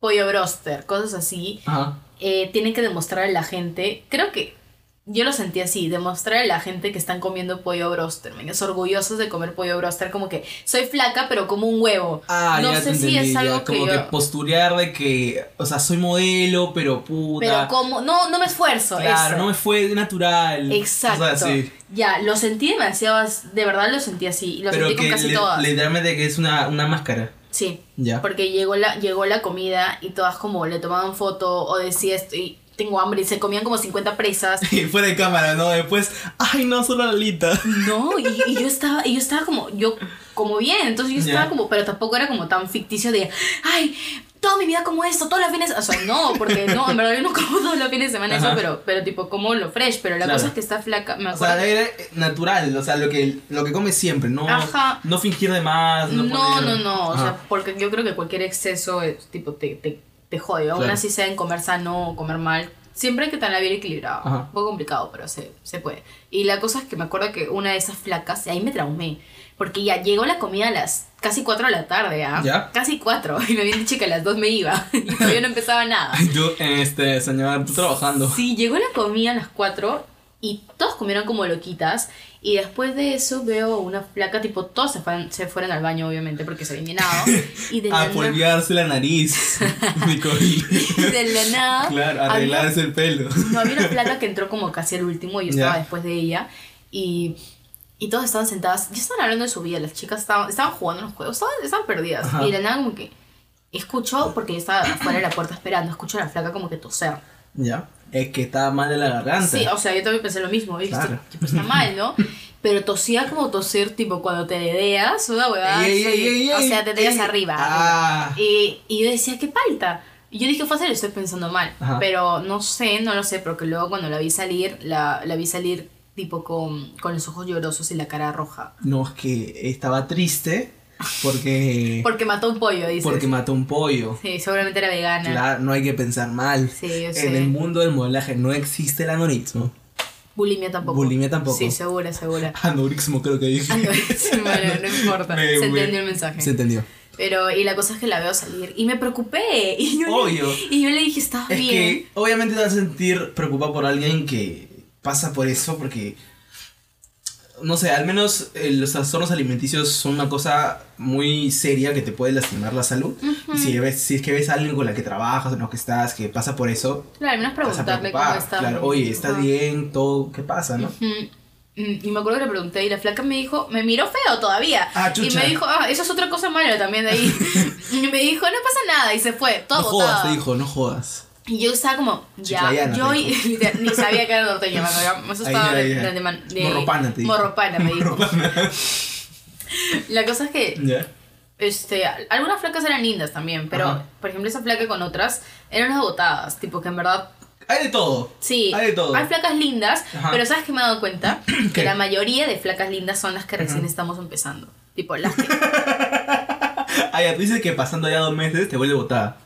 pollo broster, cosas así,
Ajá.
eh, tienen que demostrar a la gente, creo que yo lo sentí así, demostrar a la gente que están comiendo pollo broster, man, es orgullosos de comer pollo broster, como que soy flaca pero como un huevo.
Ah,
no
ya
sé
te
si
entendí,
es
ya,
algo que
como que,
yo...
posturear de que, o sea, soy modelo, pero puta.
pero como, no, no me esfuerzo.
claro,
eso.
no me fue natural.
Exacto.
O sea, sí.
Ya, lo sentí demasiado, as- de verdad lo sentí así, y lo
Pero
sentí
que
con casi
le-
todas.
literalmente que es una, una máscara.
Sí.
Ya.
Porque llegó la, llegó la comida y todas como le tomaban foto o decía estoy, tengo hambre y se comían como 50 presas.
Y fuera de cámara, ¿no? Después, ay, no, solo la alita.
No, y, y yo estaba, y yo estaba como, yo, como bien, entonces yo
Ya.
estaba como, pero tampoco era como tan ficticio de, ay, toda mi vida como esto, todos los fines, o sea, no, porque no, en verdad yo no como todos los fines de semana
Ajá.
eso, pero, pero tipo como lo fresh, pero la
Claro.
cosa es que está flaca, me
O
acuerdo.
sea, era natural, o sea, lo que, lo que comes siempre, no,
Ajá.
no fingir de más, no
no, no,
poner- Ah.
no, o
Ajá.
sea, porque yo creo que cualquier exceso es, tipo te, te, te jode, aún
Claro.
así sea en comer sano o comer mal. Siempre hay que tener la vida equilibrada.
Ajá.
Un poco complicado, pero se, se puede. Y la cosa es que me acuerdo que una de esas flacas, y ahí me traumé. Porque ya llegó la comida a las casi 4 de la tarde, ¿ah?
¿Ya?
Casi 4. Y me habían dicho que a las 2 me iba. Y todavía no empezaba nada.
Yo, este, señor, tú trabajando.
Sí, llegó la comida a las 4 y todos comieron como loquitas. Y después de eso veo una placa, tipo, todos se, fueron- se fueron al baño, obviamente, porque se habían llenado. Y de
A
la, na-
polviarse la nariz. Mi COVID.
y de la nada.
Claro,
Ah, había-
arreglarse el pelo.
no, había una placa que entró como casi el último y yo
Ya.
estaba después de ella. Y, y todas estaban sentadas. Ya estaban hablando de su vida. Las chicas estaban, estaban jugando unos juegos. Estaban, estaban perdidas.
Ajá.
Y de la nada como que... Escucho, porque yo estaba afuera de la puerta esperando, escucho a la flaca como que toser.
Ya. Es que estaba mal de la garganta.
Sí, o sea, yo también pensé lo mismo, ¿viste?
Claro.
Tipo, está mal, ¿no? Pero tosía como toser, tipo, cuando te dedeas, una huevada.
Ey,
así.
ey, ey, ey,
o sea, te dedeas
ey.
arriba.
Ah.
Y, y yo decía, ¿qué falta? Y yo dije, fácil, estoy pensando mal.
Ajá.
Pero no sé, no lo sé, porque luego cuando la vi salir, la, la vi salir, tipo, con, con los ojos llorosos y la cara roja.
No, es que estaba triste porque,
Porque mató un pollo, dices.
porque mató un pollo.
Sí, seguramente era vegana.
Claro, no hay que pensar mal.
Sí, yo
En
sé.
el mundo del modelaje no existe el anorismo.
Bulimia tampoco.
Bulimia tampoco.
Sí, segura, segura.
Anorismo creo que dije.
Ah, no, sí, bueno, no importa.
Me-
Se
me-
entendió el mensaje.
Se entendió.
Pero, y la cosa es que la veo salir. Y me preocupé. Y yo,
Obvio.
Le, y yo le dije, ¿estás
Es
bien?
que obviamente te vas a sentir preocupado por alguien que pasa por eso porque, no sé, al menos eh, los trastornos alimenticios son una cosa muy seria que te puede lastimar la salud. Y si, ves, si es que ves a alguien con la que trabajas o no que estás, que pasa por eso,
Claro, al menos
te vas a
preguntarle cómo
preocupar.
está.
claro, oye, ¿estás
Ajá.
bien? ¿Todo? ¿Qué pasa? ¿no?
Mm, mm, Y me acuerdo que le pregunté y la flaca me dijo, me miró feo todavía.
Ah,
y
chucha.
me dijo, ah, eso es otra cosa mala también de ahí. y me dijo, no pasa nada. Y se fue, todo
no jodas,
botado.
te dijo, no jodas.
Y yo estaba como, ya,
Chiclayana,
yo
te
y- literal, ni sabía que era norteña, me acuerdo, Eso
Ahí,
estaba
ahí,
de,
ahí.
de- de man- de-
Morropana, te dijo.
Morropana, me dijo. La cosa es que
¿Ya?
Este, al- algunas flacas eran lindas también, pero
Ajá.
por ejemplo esa flaca con otras eran unas botadas, tipo que en verdad,
Hay de todo.
sí,
Hay de todo.
hay flacas lindas,
Ajá.
pero sabes que me he dado cuenta
¿Qué?
que la mayoría de flacas lindas son las que recién estamos empezando, tipo las que,
Ah, ya, tú dices que pasando ya dos meses te vuelve botada.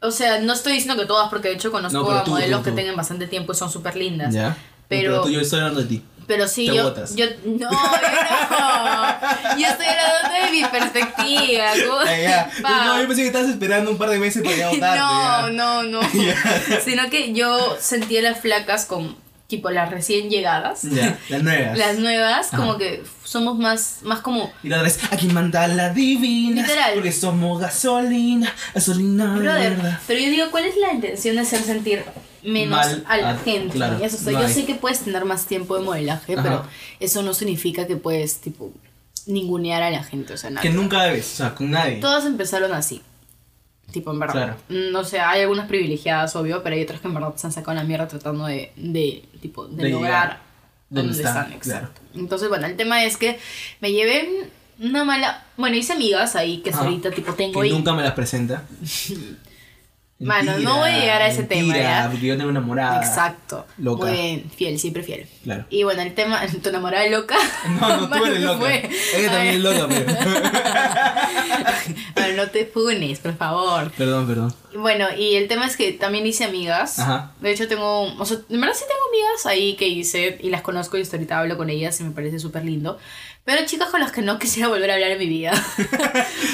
o sea, no estoy diciendo que todas porque de hecho conozco
No, pero
a
tú,
modelos
tú, tú.
que tengan bastante tiempo y son súper lindas,
¿Ya?
Pero-
tú, yo estoy hablando de ti.
Pero sí,
Te
yo,
botas.
yo. No, yo no. Yo estoy hablando de mi perspectiva. ¿cómo?
Ah, ya.
Pa.
No, yo pensé que estabas esperando un par de meses para ya votarte.
No,
ya.
no, no.
Ya.
Sino que yo sentía las flacas con, tipo, las recién llegadas.
Ya, las nuevas.
Las nuevas,
Ajá.
como que somos más, más como.
Y la otra es, aquí manda la divina.
Literal.
Porque somos gasolina, gasolina Ah, de
Brother,
verdad.
pero yo digo, ¿cuál es la intención de hacer sentir menos
Mal
a la
a-
gente?
claro,
Eso, o sea,
no
yo
hay.
sé que puedes tener más tiempo de modelaje,
Ajá.
pero eso no significa que puedes, tipo, ningunear a la gente, o sea, nada.
Que nunca debes, o sea, con nadie.
Todas empezaron así. Tipo, en verdad.
Claro.
No sé, hay algunas privilegiadas, obvio, pero hay otras que en verdad se han sacado la mierda tratando de, de tipo, de,
De
lograr
llegar
donde
donde
están.
están,
exacto. Entonces, bueno, el tema es que me llevé una mala... Bueno, hice amigas ahí que
Ajá.
ahorita, tipo, tengo
que
ahí.
nunca me las presenta.
Mano, no voy a llegar a ese
mentira,
tema, ¿ya?
Porque yo tengo enamorada.
Exacto.
Loca.
Muy bien, fiel, siempre fiel.
Claro.
Y bueno, el tema, tu enamorada loca.
No, no, tú
Mano,
eres
¿qué
loca.
fue?
Ella
A
también
ver.
es loca, pero.
A ver, no te funes, por favor.
Perdón, perdón.
Bueno, y el tema es que también hice amigas.
Ajá.
De hecho, tengo. O sea, en verdad sí tengo amigas ahí que hice y las conozco y hasta ahorita hablo con ellas y me parece súper lindo. Pero chicas con las que no quisiera volver a hablar en mi vida.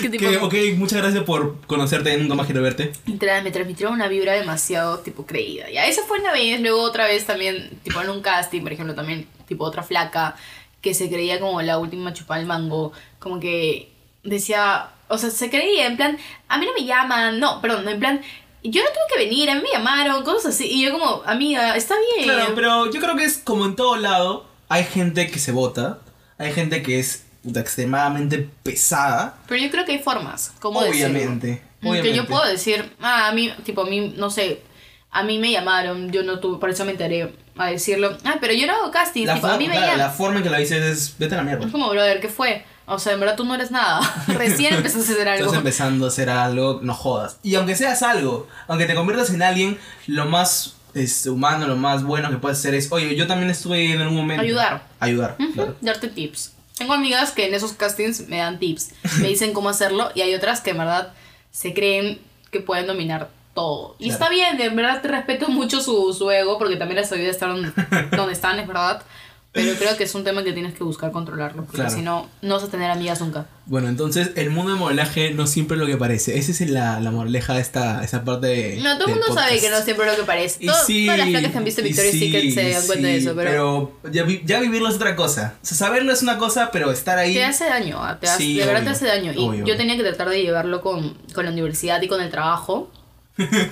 que tipo.
Que, ok, muchas gracias por conocerte. Nunca más quiero verte.
literal, me transmitieron una vibra demasiado, tipo, creída. Ya, esa fue una vez. Luego otra vez también, tipo, en un casting, por ejemplo, también, tipo, otra flaca que se creía como la última chupada del mango. Como que decía. O sea, se creía, en plan, a mí no me llaman. No, perdón, en plan. Yo no tuve que venir, a mí me llamaron, cosas así. Y yo como, amiga, está bien.
Claro, pero yo creo que es como en todo lado. Hay gente que se vota. Hay gente que es puta, extremadamente pesada.
Pero yo creo que hay formas, como
Obviamente,
Mm, Que yo
obviamente.
puedo decir, ah, a mí, tipo, a mí, no sé, a mí me llamaron, yo no tuve, por eso me enteré a decirlo. Ah, pero yo no hago casting,
La,
tipo,
for-
a mí me
claro,
llaman.
la forma en que la dices es vete a la mierda.
Es como, brother, ¿qué fue? O sea, en verdad tú no eres nada. Recién empezaste a hacer algo.
Estás empezando a hacer algo, no jodas. Y aunque seas algo, aunque te conviertas en alguien, lo más este, humano, lo más bueno que puedes hacer es, oye, yo también estuve en algún momento.
Ayudar.
Ayudar,
Ujú,
claro.
Darte tips. Tengo amigas que en esos castings me dan tips, me dicen cómo hacerlo y hay otras que en verdad se creen que pueden dominar todo. Y
Claro.
está bien, en verdad te respeto mucho su, su ego porque también les ayuda a estar donde, donde están, es verdad. Pero creo que es un tema que tienes que buscar controlarlo porque
Claro.
si no, no vas a tener amigas nunca.
Bueno, entonces el mundo del modelaje no siempre es lo que parece. Esa es la, la moraleja de esta esa parte de.
No, todo el
del
mundo sabe
Este, podcast.
que no siempre es lo que parece.
Y
Todo-
sí,
todas las placas que han visto
y
Victoria's
sí,
Secret se dan cuenta de
sí,
eso, pero,
Pero ya, vi- ya vivirlo es otra cosa. O sea, saberlo es una cosa, pero estar ahí.
Te hace daño, ah, te hace-
Sí,
de verdad te
obvio,
hace daño. Y
obvio.
yo tenía que tratar de llevarlo con, con la universidad y con el trabajo.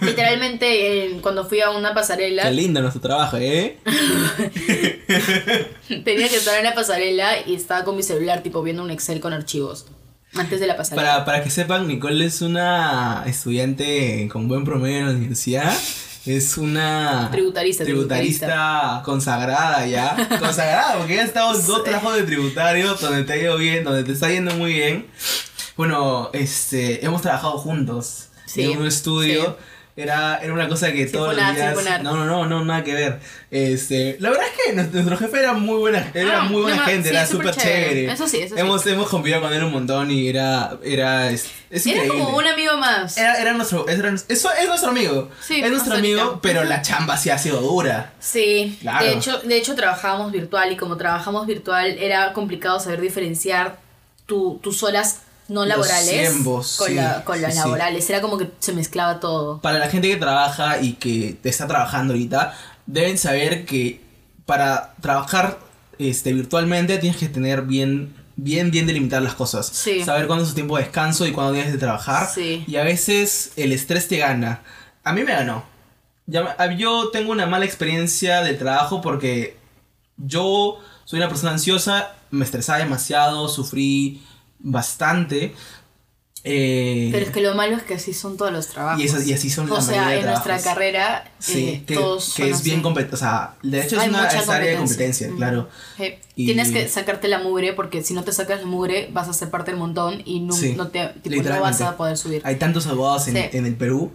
Literalmente, eh, cuando fui a una pasarela,
Qué lindo nuestro trabajo, ¿eh?
tenía que estar en la pasarela y estaba con mi celular, tipo, viendo un Excel con archivos. Antes de la pasarela.
Para, para que sepan, Nicole es una estudiante con buen promedio en la universidad. Es una
Tributarista,
tributarista, consagrada ya. Consagrada, porque ya ha estado en dos trabajos de tributario donde te ha ido bien, donde te está yendo muy bien. Bueno, este, hemos trabajado juntos
Sí,
en un estudio. Era, era una cosa que
Sin
todos
funar,
los
sin
días.
funar.
No, no, no, no, nada que ver. Este, la verdad es que nuestro, nuestro jefe era muy buena, era
Ah,
muy buena
no,
gente,
sí,
era
súper
súper chévere.
chévere. Eso sí, eso sí.
Hemos, hemos convivido con él un montón y era. Era, es, es
Era
increíble.
como un amigo más.
Era, era nuestro. era- eso es nuestro amigo.
Sí,
es nuestro
hasta
amigo,
ahorita.
pero la chamba sí ha sido dura.
Sí,
Claro.
de hecho, de hecho trabajábamos virtual y como trabajábamos virtual era complicado saber diferenciar tu, tus horas no
Los
laborales
tiempos,
con,
sí,
la- con las
sí, sí.
laborales. Era como que se mezclaba todo.
Para la gente que trabaja y que está trabajando ahorita, deben saber que para trabajar este, virtualmente tienes que tener bien. Bien, bien delimitar las cosas.
Sí.
Saber cuándo es tu tiempo de descanso y cuándo tienes de trabajar.
Sí.
Y a veces el estrés te gana. A mí me ganó. Ya me- a- yo tengo una mala experiencia del trabajo porque yo soy una persona ansiosa, me estresaba demasiado, sufrí bastante. eh,
Pero es que lo malo es que así son todos los trabajos.
y, esas- y así son
o
la
sea,
mayoría de
en nuestra
trabajos.
carrera,
Sí,
eh,
que,
todos
que
son
es
así.
bien competente. O sea, de hecho es
Hay
una
mucha
es área de competencia,
Mm.
claro.
Sí.
Y-
Tienes que sacarte la mugre porque si no te sacas la mugre vas a ser parte del montón y no,
Sí,
no, te, tipo, no
literalmente.
vas a poder subir.
Hay tantos abogados en,
Sí.
en el Perú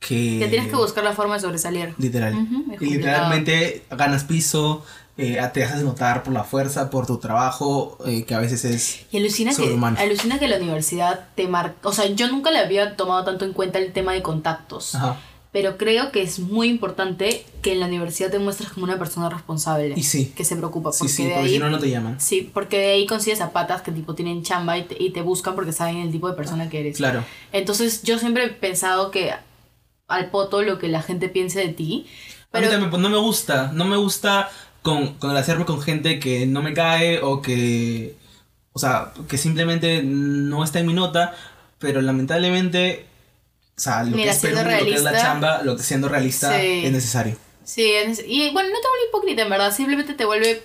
que.
Te tienes que buscar la forma de sobresalir.
Literal.
Ujú, es
y
complicado.
literalmente ganas piso, eh, te haces notar por la fuerza, por tu trabajo, eh, que a veces es.
Y alucina que,
Sobrehumano.
alucina que la universidad te marca. O sea, yo nunca le había tomado tanto en cuenta el tema de contactos.
Ajá.
pero creo que es muy importante que en la universidad te muestres como una persona responsable.
Y sí.
Que se preocupa.
Sí,
Porque
sí,
de
porque si
ahí,
no, no te llaman.
sí, porque de ahí consigues a patas que tipo tienen chamba y te, y te buscan porque saben el tipo de persona que eres.
Claro.
Entonces yo siempre he pensado que al poto lo que la gente piense de ti.
a
Pero
mí también, pues, no me gusta, no me gusta con, con hacerme con gente que no me cae o que, o sea, que simplemente no está en mi nota, pero lamentablemente, o sea, lo, que,
Mira,
es Perú, lo
siendo
que es la
realista-
chamba, lo que siendo realista
Sí.
es necesario.
Sí, es- y bueno, no te vuelve hipócrita, en verdad, simplemente te vuelve,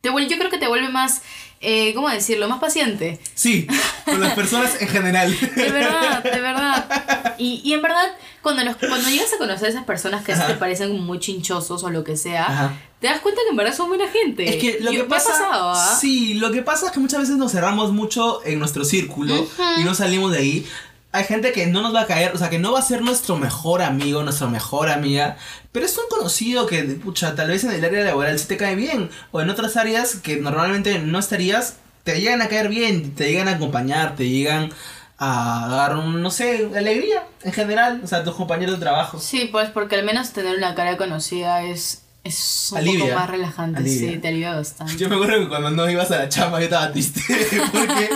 te vuelve yo creo que te vuelve más, eh, ¿cómo decirlo? Más paciente.
Sí, con las personas en general.
De verdad, de verdad. Y, y en verdad, cuando, los, cuando llegas a conocer a esas personas que
Ajá.
te parecen como muy chinchosos o lo que sea,
Ajá.
te das cuenta que en verdad son buena gente.
Es que lo
Y
que
me ha
pasa.
pasado, ¿ah?
Sí, lo que pasa es que muchas veces nos cerramos mucho en nuestro círculo y no salimos de ahí. Hay gente que no nos va a caer, o sea, que no va a ser nuestro mejor amigo, nuestra mejor amiga, pero es un conocido que, pucha, tal vez en el área laboral sí te cae bien, o en otras áreas que normalmente no estarías, te llegan a caer bien, te llegan a acompañar, te llegan a dar, un, no sé, alegría en general, o sea, tus compañeros de trabajo.
Sí, pues porque al menos tener una cara conocida es, es un
Alivia.
poco más relajante,
Alivia.
sí, te alivia bastante.
Yo me acuerdo que cuando no ibas a la chamba yo estaba triste porque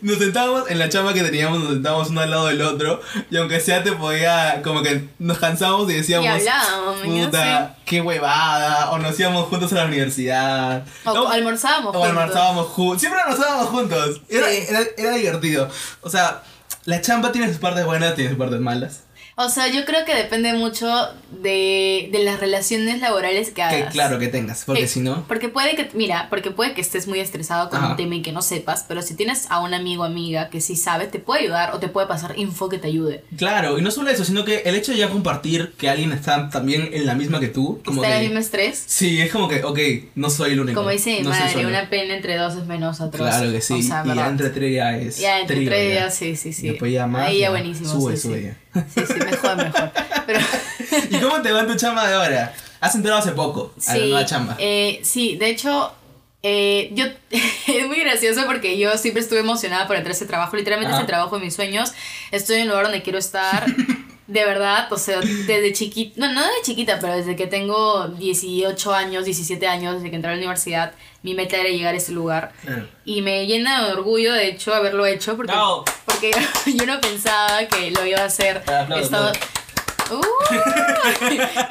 nos sentábamos en la chamba que teníamos, nos sentábamos uno al lado del otro y aunque sea te podía, como que nos cansábamos y decíamos,
Y hablábamos, ¿no?
puta, qué huevada, o nos íbamos juntos a la universidad.
O
No,
almorzábamos
o
juntos.
almorzábamos juntos. Siempre almorzábamos juntos. Era,
Sí.
era, era divertido. O sea, la chamba tiene sus partes buenas, tiene sus partes malas.
O sea, yo creo que depende mucho de, de las relaciones laborales que
Que
hagas.
claro que tengas, porque
Eh,
si no...
Porque puede que, mira, porque puede que estés muy estresado con
Ajá.
un tema y que no sepas, pero si tienes a un amigo o amiga que sí sabe, te puede ayudar o te puede pasar info que te ayude.
Claro, y no solo eso, sino que el hecho de ya compartir que alguien está también en la misma que tú,
Que
como
está en
que-
el mismo estrés.
Sí, es como que, ok, no soy el único.
Como dice mi
no soy
madre,
solo.
una pena entre dos es menos atroz.
Claro que sí.
O sea,
y ya
¿verdad?
entre tres ya es.
Ya, entre
trío,
tres
ya.
ya, sí, sí, sí.
Después ya más.
Ahí ya
ya
buenísimo.
Sube,
sí,
sube.
Sí. sí, sí, mejor, mejor. Pero...
ya. ¿Y cómo te va en tu chamba de ahora? Has entrado hace poco a la nueva chamba.
eh, sí, de hecho, eh, yo es muy gracioso porque yo siempre estuve emocionada por entrar a ese trabajo. Literalmente
Ajá.
ese trabajo de mis sueños. Estoy en el lugar donde quiero estar. De verdad, o sea, desde chiquita, no, no desde chiquita, pero desde que tengo 18 años, 17 años, desde que entré a la universidad, mi meta era llegar a ese lugar.
Claro.
Y me llena de orgullo, de hecho, haberlo hecho, porque,
Bravo.
porque yo no pensaba que lo iba a hacer.
Ah, aplaudo,
Estaba- ¡Uh!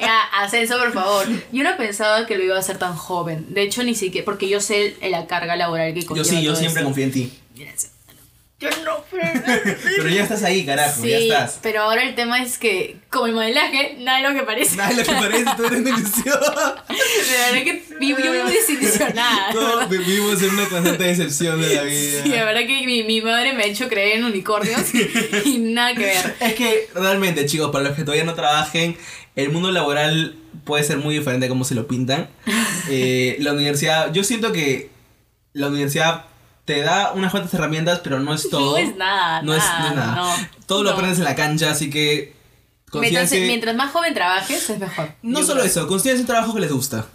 Ya, ascenso, por favor. Yo no pensaba que lo iba a hacer tan joven. De hecho, ni siquiera, porque yo sé el- la carga laboral que
Yo
conlleva
sí, yo
todo
siempre
esto.
confío en ti.
Gracias. Yo no, pero...
Pero ya estás ahí, carajo, ya
Sí,
estás.
pero ahora el tema es que, como el modelaje, nada es lo que parece.
Nada de lo que parece, tú eres una ilusión.
De verdad que vi- yo vivo desilusionada.
Todos vivimos en una constante decepción de la vida.
Sí, la verdad que mi, mi madre me ha hecho creer en unicornios y nada que ver.
Es que realmente, chicos, para los que todavía no trabajen, el mundo laboral puede ser muy diferente a cómo se lo pintan. Eh, la universidad, yo siento que la universidad te da unas cuantas herramientas, pero no es todo.
No es nada.
No es, no es nada.
no.
todo lo
No.
aprendes en la cancha, así que.
Mientras,
consíganse-
mientras más joven trabajes, es mejor.
No
Yo
solo
creo.
eso, consigan un trabajo que les gusta.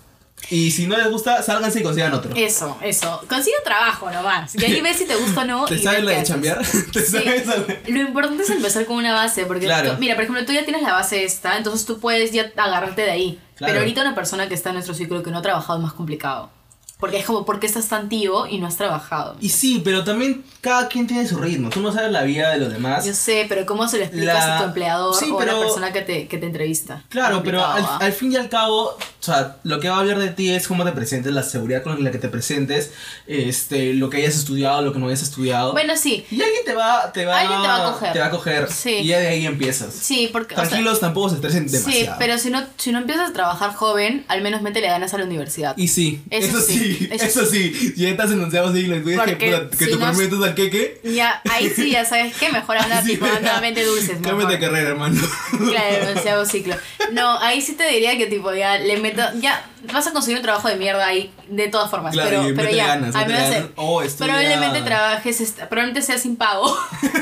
Y si no les gusta, sálganse y consigan otro.
Eso, eso. Consigue un trabajo nomás. Y ahí ves si te gusta o no.
¿Te
y
sabes
ves
la
qué
de
haces.
chambear? ¿Te
Sí.
sabes la de-
Lo importante es empezar con una base, porque
Claro.
tú- mira, por ejemplo, tú ya tienes la base esta, entonces tú puedes ya agarrarte de ahí.
Claro.
Pero ahorita una persona que está en nuestro ciclo que no ha trabajado es más complicado. Porque es como, ¿por qué estás tan tío y no has trabajado?
Y sí, pero también cada quien tiene su ritmo. Tú no sabes la vida de los demás.
Yo sé, pero ¿cómo se lo explicas
La-
a tu empleador
Sí,
o a
pero-
la persona que te, que te entrevista?
Claro, pero
Complicado,
al,
¿ah?
al fin y al cabo, o sea, lo que va a hablar de ti es cómo te presentes, la seguridad con la que te presentes, este, lo que hayas estudiado, lo que no hayas estudiado.
Bueno, sí.
y alguien te va, te va,
Alguien te va a coger.
te va a coger,
Sí.
Y ya de ahí empiezas.
Sí, porque... o sea,
Tranquilos, tampoco se estresen demasiado.
Sí, pero si no, si no empiezas a trabajar joven, al menos métele ganas a la universidad.
Y sí, eso,
Eso
sí,
sí, eso
eso sí. Si ya estás en onceavo siglo y tú dices que,
Porque
puta, que
si
tu
no-
permiso es al queque,
Ya, ahí sí, ya sabes que mejor hablar
Sí,
tipo,
¿verdad?
nuevamente dulces,
cambia de
mejor.
carrera, hermano.
Claro, el onceavo ciclo. No, ahí sí te diría que tipo ya le meto, ya vas a conseguir un trabajo de mierda ahí de todas formas,
Claro, y
pero, pero
métele
ya,
ganas,
al
métele
menos
ganas.
eh,
Oh, estudia.
probablemente trabajes, est- probablemente sea sin pago.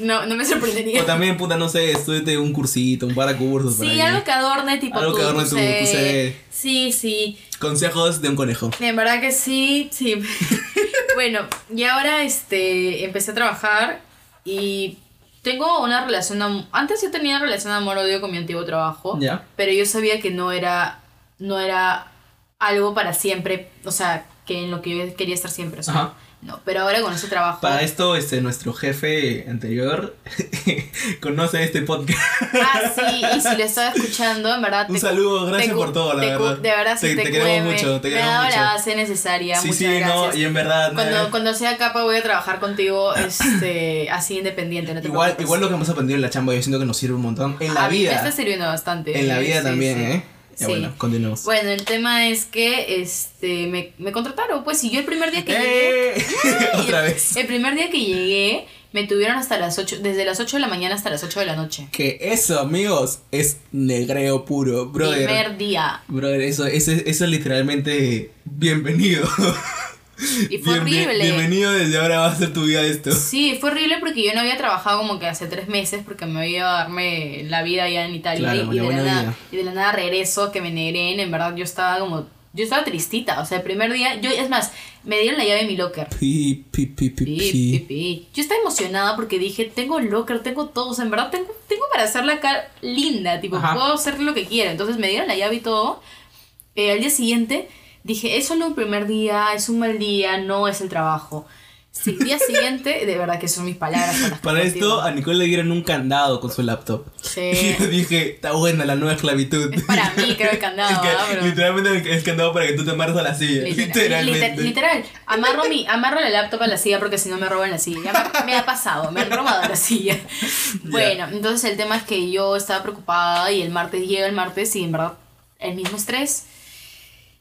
no, no me sorprendería.
o también, puta, no sé, estudiate un cursito, un par de cursos. por
Sí,
ahí.
algo que adorne tipo
Pues Algo
tu,
que adorne
tu
tu- tu
CV.
CV.
Sí, sí.
Consejos de un conejo.
En verdad que sí, sí. bueno, y ahora este empecé a trabajar y Tengo una relación. de am- Antes yo tenía relación de amor-odio con mi antiguo trabajo.
Ya.
Pero yo sabía que no era. No era algo para siempre. O sea, que en lo que yo quería estar siempre. o sea,
Ajá.
No, pero ahora con ese trabajo.
Para esto, este, nuestro jefe anterior conoce este podcast.
Ah, sí, y si lo estaba escuchando, en verdad.
Un
te-
saludo, gracias
te cu-
por todo, la
te cu-
verdad.
De verdad, sí,
Te-
te,
te queremos
cueve.
mucho, te
Me ha
queremos
dado
muchas
la base necesaria.
sí,
muchas
sí,
gracias.
no, y eh. en verdad.
Cuando,
nada.
cuando sea capa voy a trabajar contigo este, así independiente, no te
igual,
preocupes.
igual lo que hemos aprendido en la chamba, yo siento que nos sirve un montón. En la
A mí me
vida.
está sirviendo bastante.
En la vida
Sí,
también,
sí.
¿eh? Ya
Sí.
bueno, continuemos.
Bueno, el tema es que este me, me contrataron, pues, y yo el primer día que llegué.
¡Eh! Otra vez.
El primer día que llegué, me tuvieron hasta las 8, desde las 8 de la mañana hasta las 8 de la noche.
Que eso, amigos, es negreo puro, brother.
Primer día.
Brother, eso, eso, eso es literalmente bienvenido.
Y fue
Bien- bien-
horrible.
bienvenido desde ahora va a ser tu vida esto.
Sí, fue horrible porque yo no había trabajado como que hace tres meses porque me había ido a darme la vida allá en Italia
Claro,
y,
una
de la
buena
nada,
vida.
y de la nada regreso, que me negreen, en verdad yo estaba como, yo estaba tristita, o sea, el primer día, yo, es más, me dieron la llave de mi locker.
Pi, pi, pi, pi,
Pi,
pi.
pi, pi. Yo estaba emocionada porque dije, tengo locker, tengo todo, o sea, en verdad tengo, tengo para hacer la cara linda, tipo,
Ajá.
puedo hacer lo que quiera. Entonces me dieron la llave y todo. Eh, al día siguiente dije, es solo un primer día, es un mal día, no es el trabajo. Sí, el día siguiente, de verdad que son mis palabras. con las que
Para
contigo.
esto, a Nicole le dieron un candado con su laptop.
Sí.
Y yo dije, está buena la nueva esclavitud.
Es para mí, creo, el candado,
Es que
¿ah? Pero-
Literalmente el- el candado para que tú te amarres a la silla.
Literal,
literalmente.
liter- literal. Amarro, mi, amarro la laptop a la silla porque si no me roban la silla. Ya me- me ha pasado, me han robado la silla. Bueno, entonces el tema es que yo estaba preocupada y el martes llega el martes y en verdad el mismo estrés.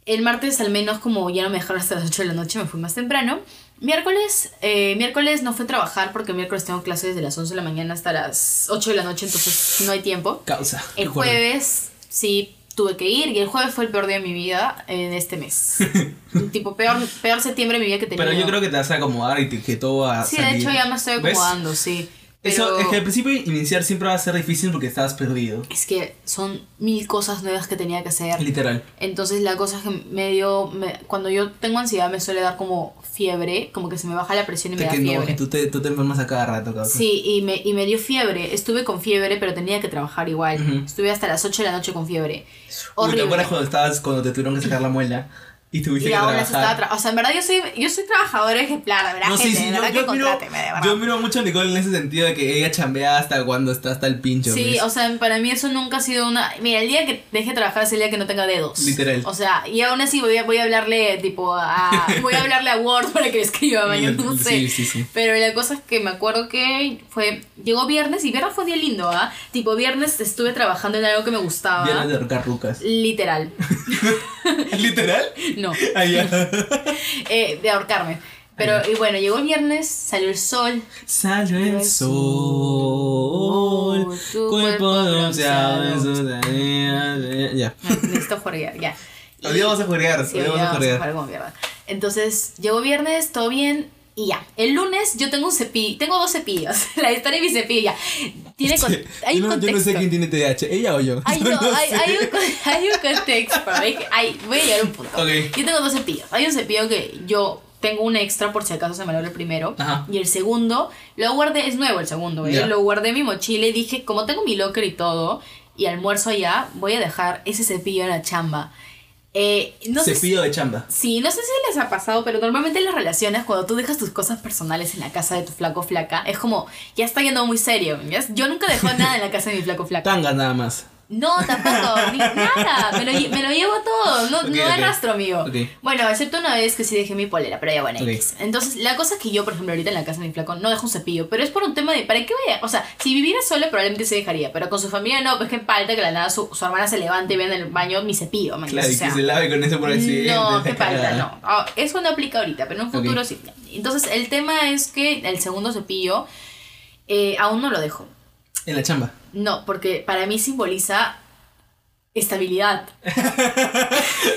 El martes al menos como ya no me dejaron hasta las 8 de la noche, me fui más temprano. Miércoles, eh, miércoles no fue a trabajar porque miércoles tengo clases desde las 11 de la mañana hasta las 8 de la noche, entonces no hay tiempo.
Causa.
El
recuerdo.
jueves sí tuve que ir y el jueves fue el peor día de mi vida en este mes. tipo, peor, peor septiembre de mi vida que tenía.
Pero yo creo que te vas a acomodar y te- que todo va a
Sí, de
salir.
hecho ya me estoy
¿Ves?
acomodando, sí.
Eso
Pero
es que al principio iniciar siempre va a ser difícil porque estás perdido.
son mil cosas nuevas que tenía que hacer.
Literal.
Entonces la cosa es que medio, me, cuando yo tengo ansiedad me suele dar como fiebre, como que se me baja la presión y me
Es
da
que no,
fiebre.
tú te, tú te enfermas a cada rato, causa.
Sí, y me, y me dio fiebre. Estuve con fiebre, pero tenía que trabajar igual.
Ujú.
Estuve hasta las 8 de la noche con fiebre.
Uy, ¿Te
Horrible.
acuerdas cuando estabas, cuando te tuvieron que sacar la muela? Y tuviste
Y
que
ahora
trabajar.
se estaba tra- O sea, en verdad yo soy, yo soy trabajadora ejemplar, de verdad,
no,
gente,
sí, sí,
de
yo,
verdad
yo
que
admiro-
contráteme, de verdad.
yo admiro mucho a Nicole en ese sentido de que ella chambea hasta cuando está hasta el pincho.
Sí,
¿ves?
o sea, para mí eso nunca ha sido una... Mira, el día que deje de trabajar es el día que no tenga dedos.
Literal.
O sea, y aún así voy a, voy a hablarle, tipo, a... Voy a hablarle a Word para que me escriba, mañana, no sé.
Sí, sí, sí.
Pero la cosa es que me acuerdo que fue... Llegó viernes y viernes fue un día lindo, ¿ah? Tipo, viernes estuve trabajando en algo que me gustaba.
Viernes de ahorcar rucas.
Literal.
¿Literal?
No.
Ah, ya.
Eh, de ahorcarme. Pero, y bueno, llegó el viernes, salió el sol,
Sale el sol,
Tu
cuerpo
cuerpo
bronceado en
bronceado.
sus tareas. Ya.
No, Necesito jugar, ya. Y-
Hoy día vamos a jugar,
Sí,
hoy día vamos a jugar.
como mierda. Entonces, llegó viernes, todo bien. Y ya, el lunes yo tengo un cepillo, tengo dos cepillos, la historia de mi cepillo ya. Tiene con- hay
yo,
un
no, yo
contexto.
no sé quién tiene TDAH, ella o yo.
Ay, no,
No
hay,
sé.
hay un, con- hay un contexto. hay que- hay- voy a llegar a un punto.
Ok.
Yo tengo dos cepillos. Hay un cepillo que yo tengo un extra por si acaso se me logra el primero.
Ajá.
Y el segundo, lo guardé, es nuevo el segundo, ¿eh?
Ya.
Lo guardé en mi mochila y dije, como tengo mi locker y todo, y almuerzo allá, voy a dejar ese cepillo en la chamba. Eh, no sé si-
Cepillo de chamba.
Sí, no sé si les ha pasado, pero normalmente en las relaciones, cuando tú dejas tus cosas personales en la casa de tu flaco o flaca, es como, ya está yendo muy serio. ¿ya? Yo nunca dejo nada en la casa de mi flaco o flaca.
Tangas nada más.
No, tampoco, ni nada. Me lo, lle- me lo llevo todo. No,
Ok,
no
ok.
arrastro, amigo.
Ok.
Bueno, excepto una vez que sí dejé mi polera, pero ya bueno.
Ok.
X. Entonces, la cosa es que yo, por ejemplo, ahorita en la casa de mi flaco no dejo un cepillo, pero es por un tema de ¿para qué voy a.? O sea, si viviera sola, probablemente se dejaría, pero con su familia no, pues que en palta que la nada su, su hermana se levante y ve en el baño mi cepillo, man.
Claro,
o
y
sea,
que se lave con eso por accidente.
no,
esa
qué falta,
cagada.
no. Ah, Eso no aplica ahorita, pero en un futuro
Ok.
sí. Entonces, el tema es que el segundo cepillo eh, aún no lo dejo.
En la chamba.
No, porque para mí simboliza estabilidad.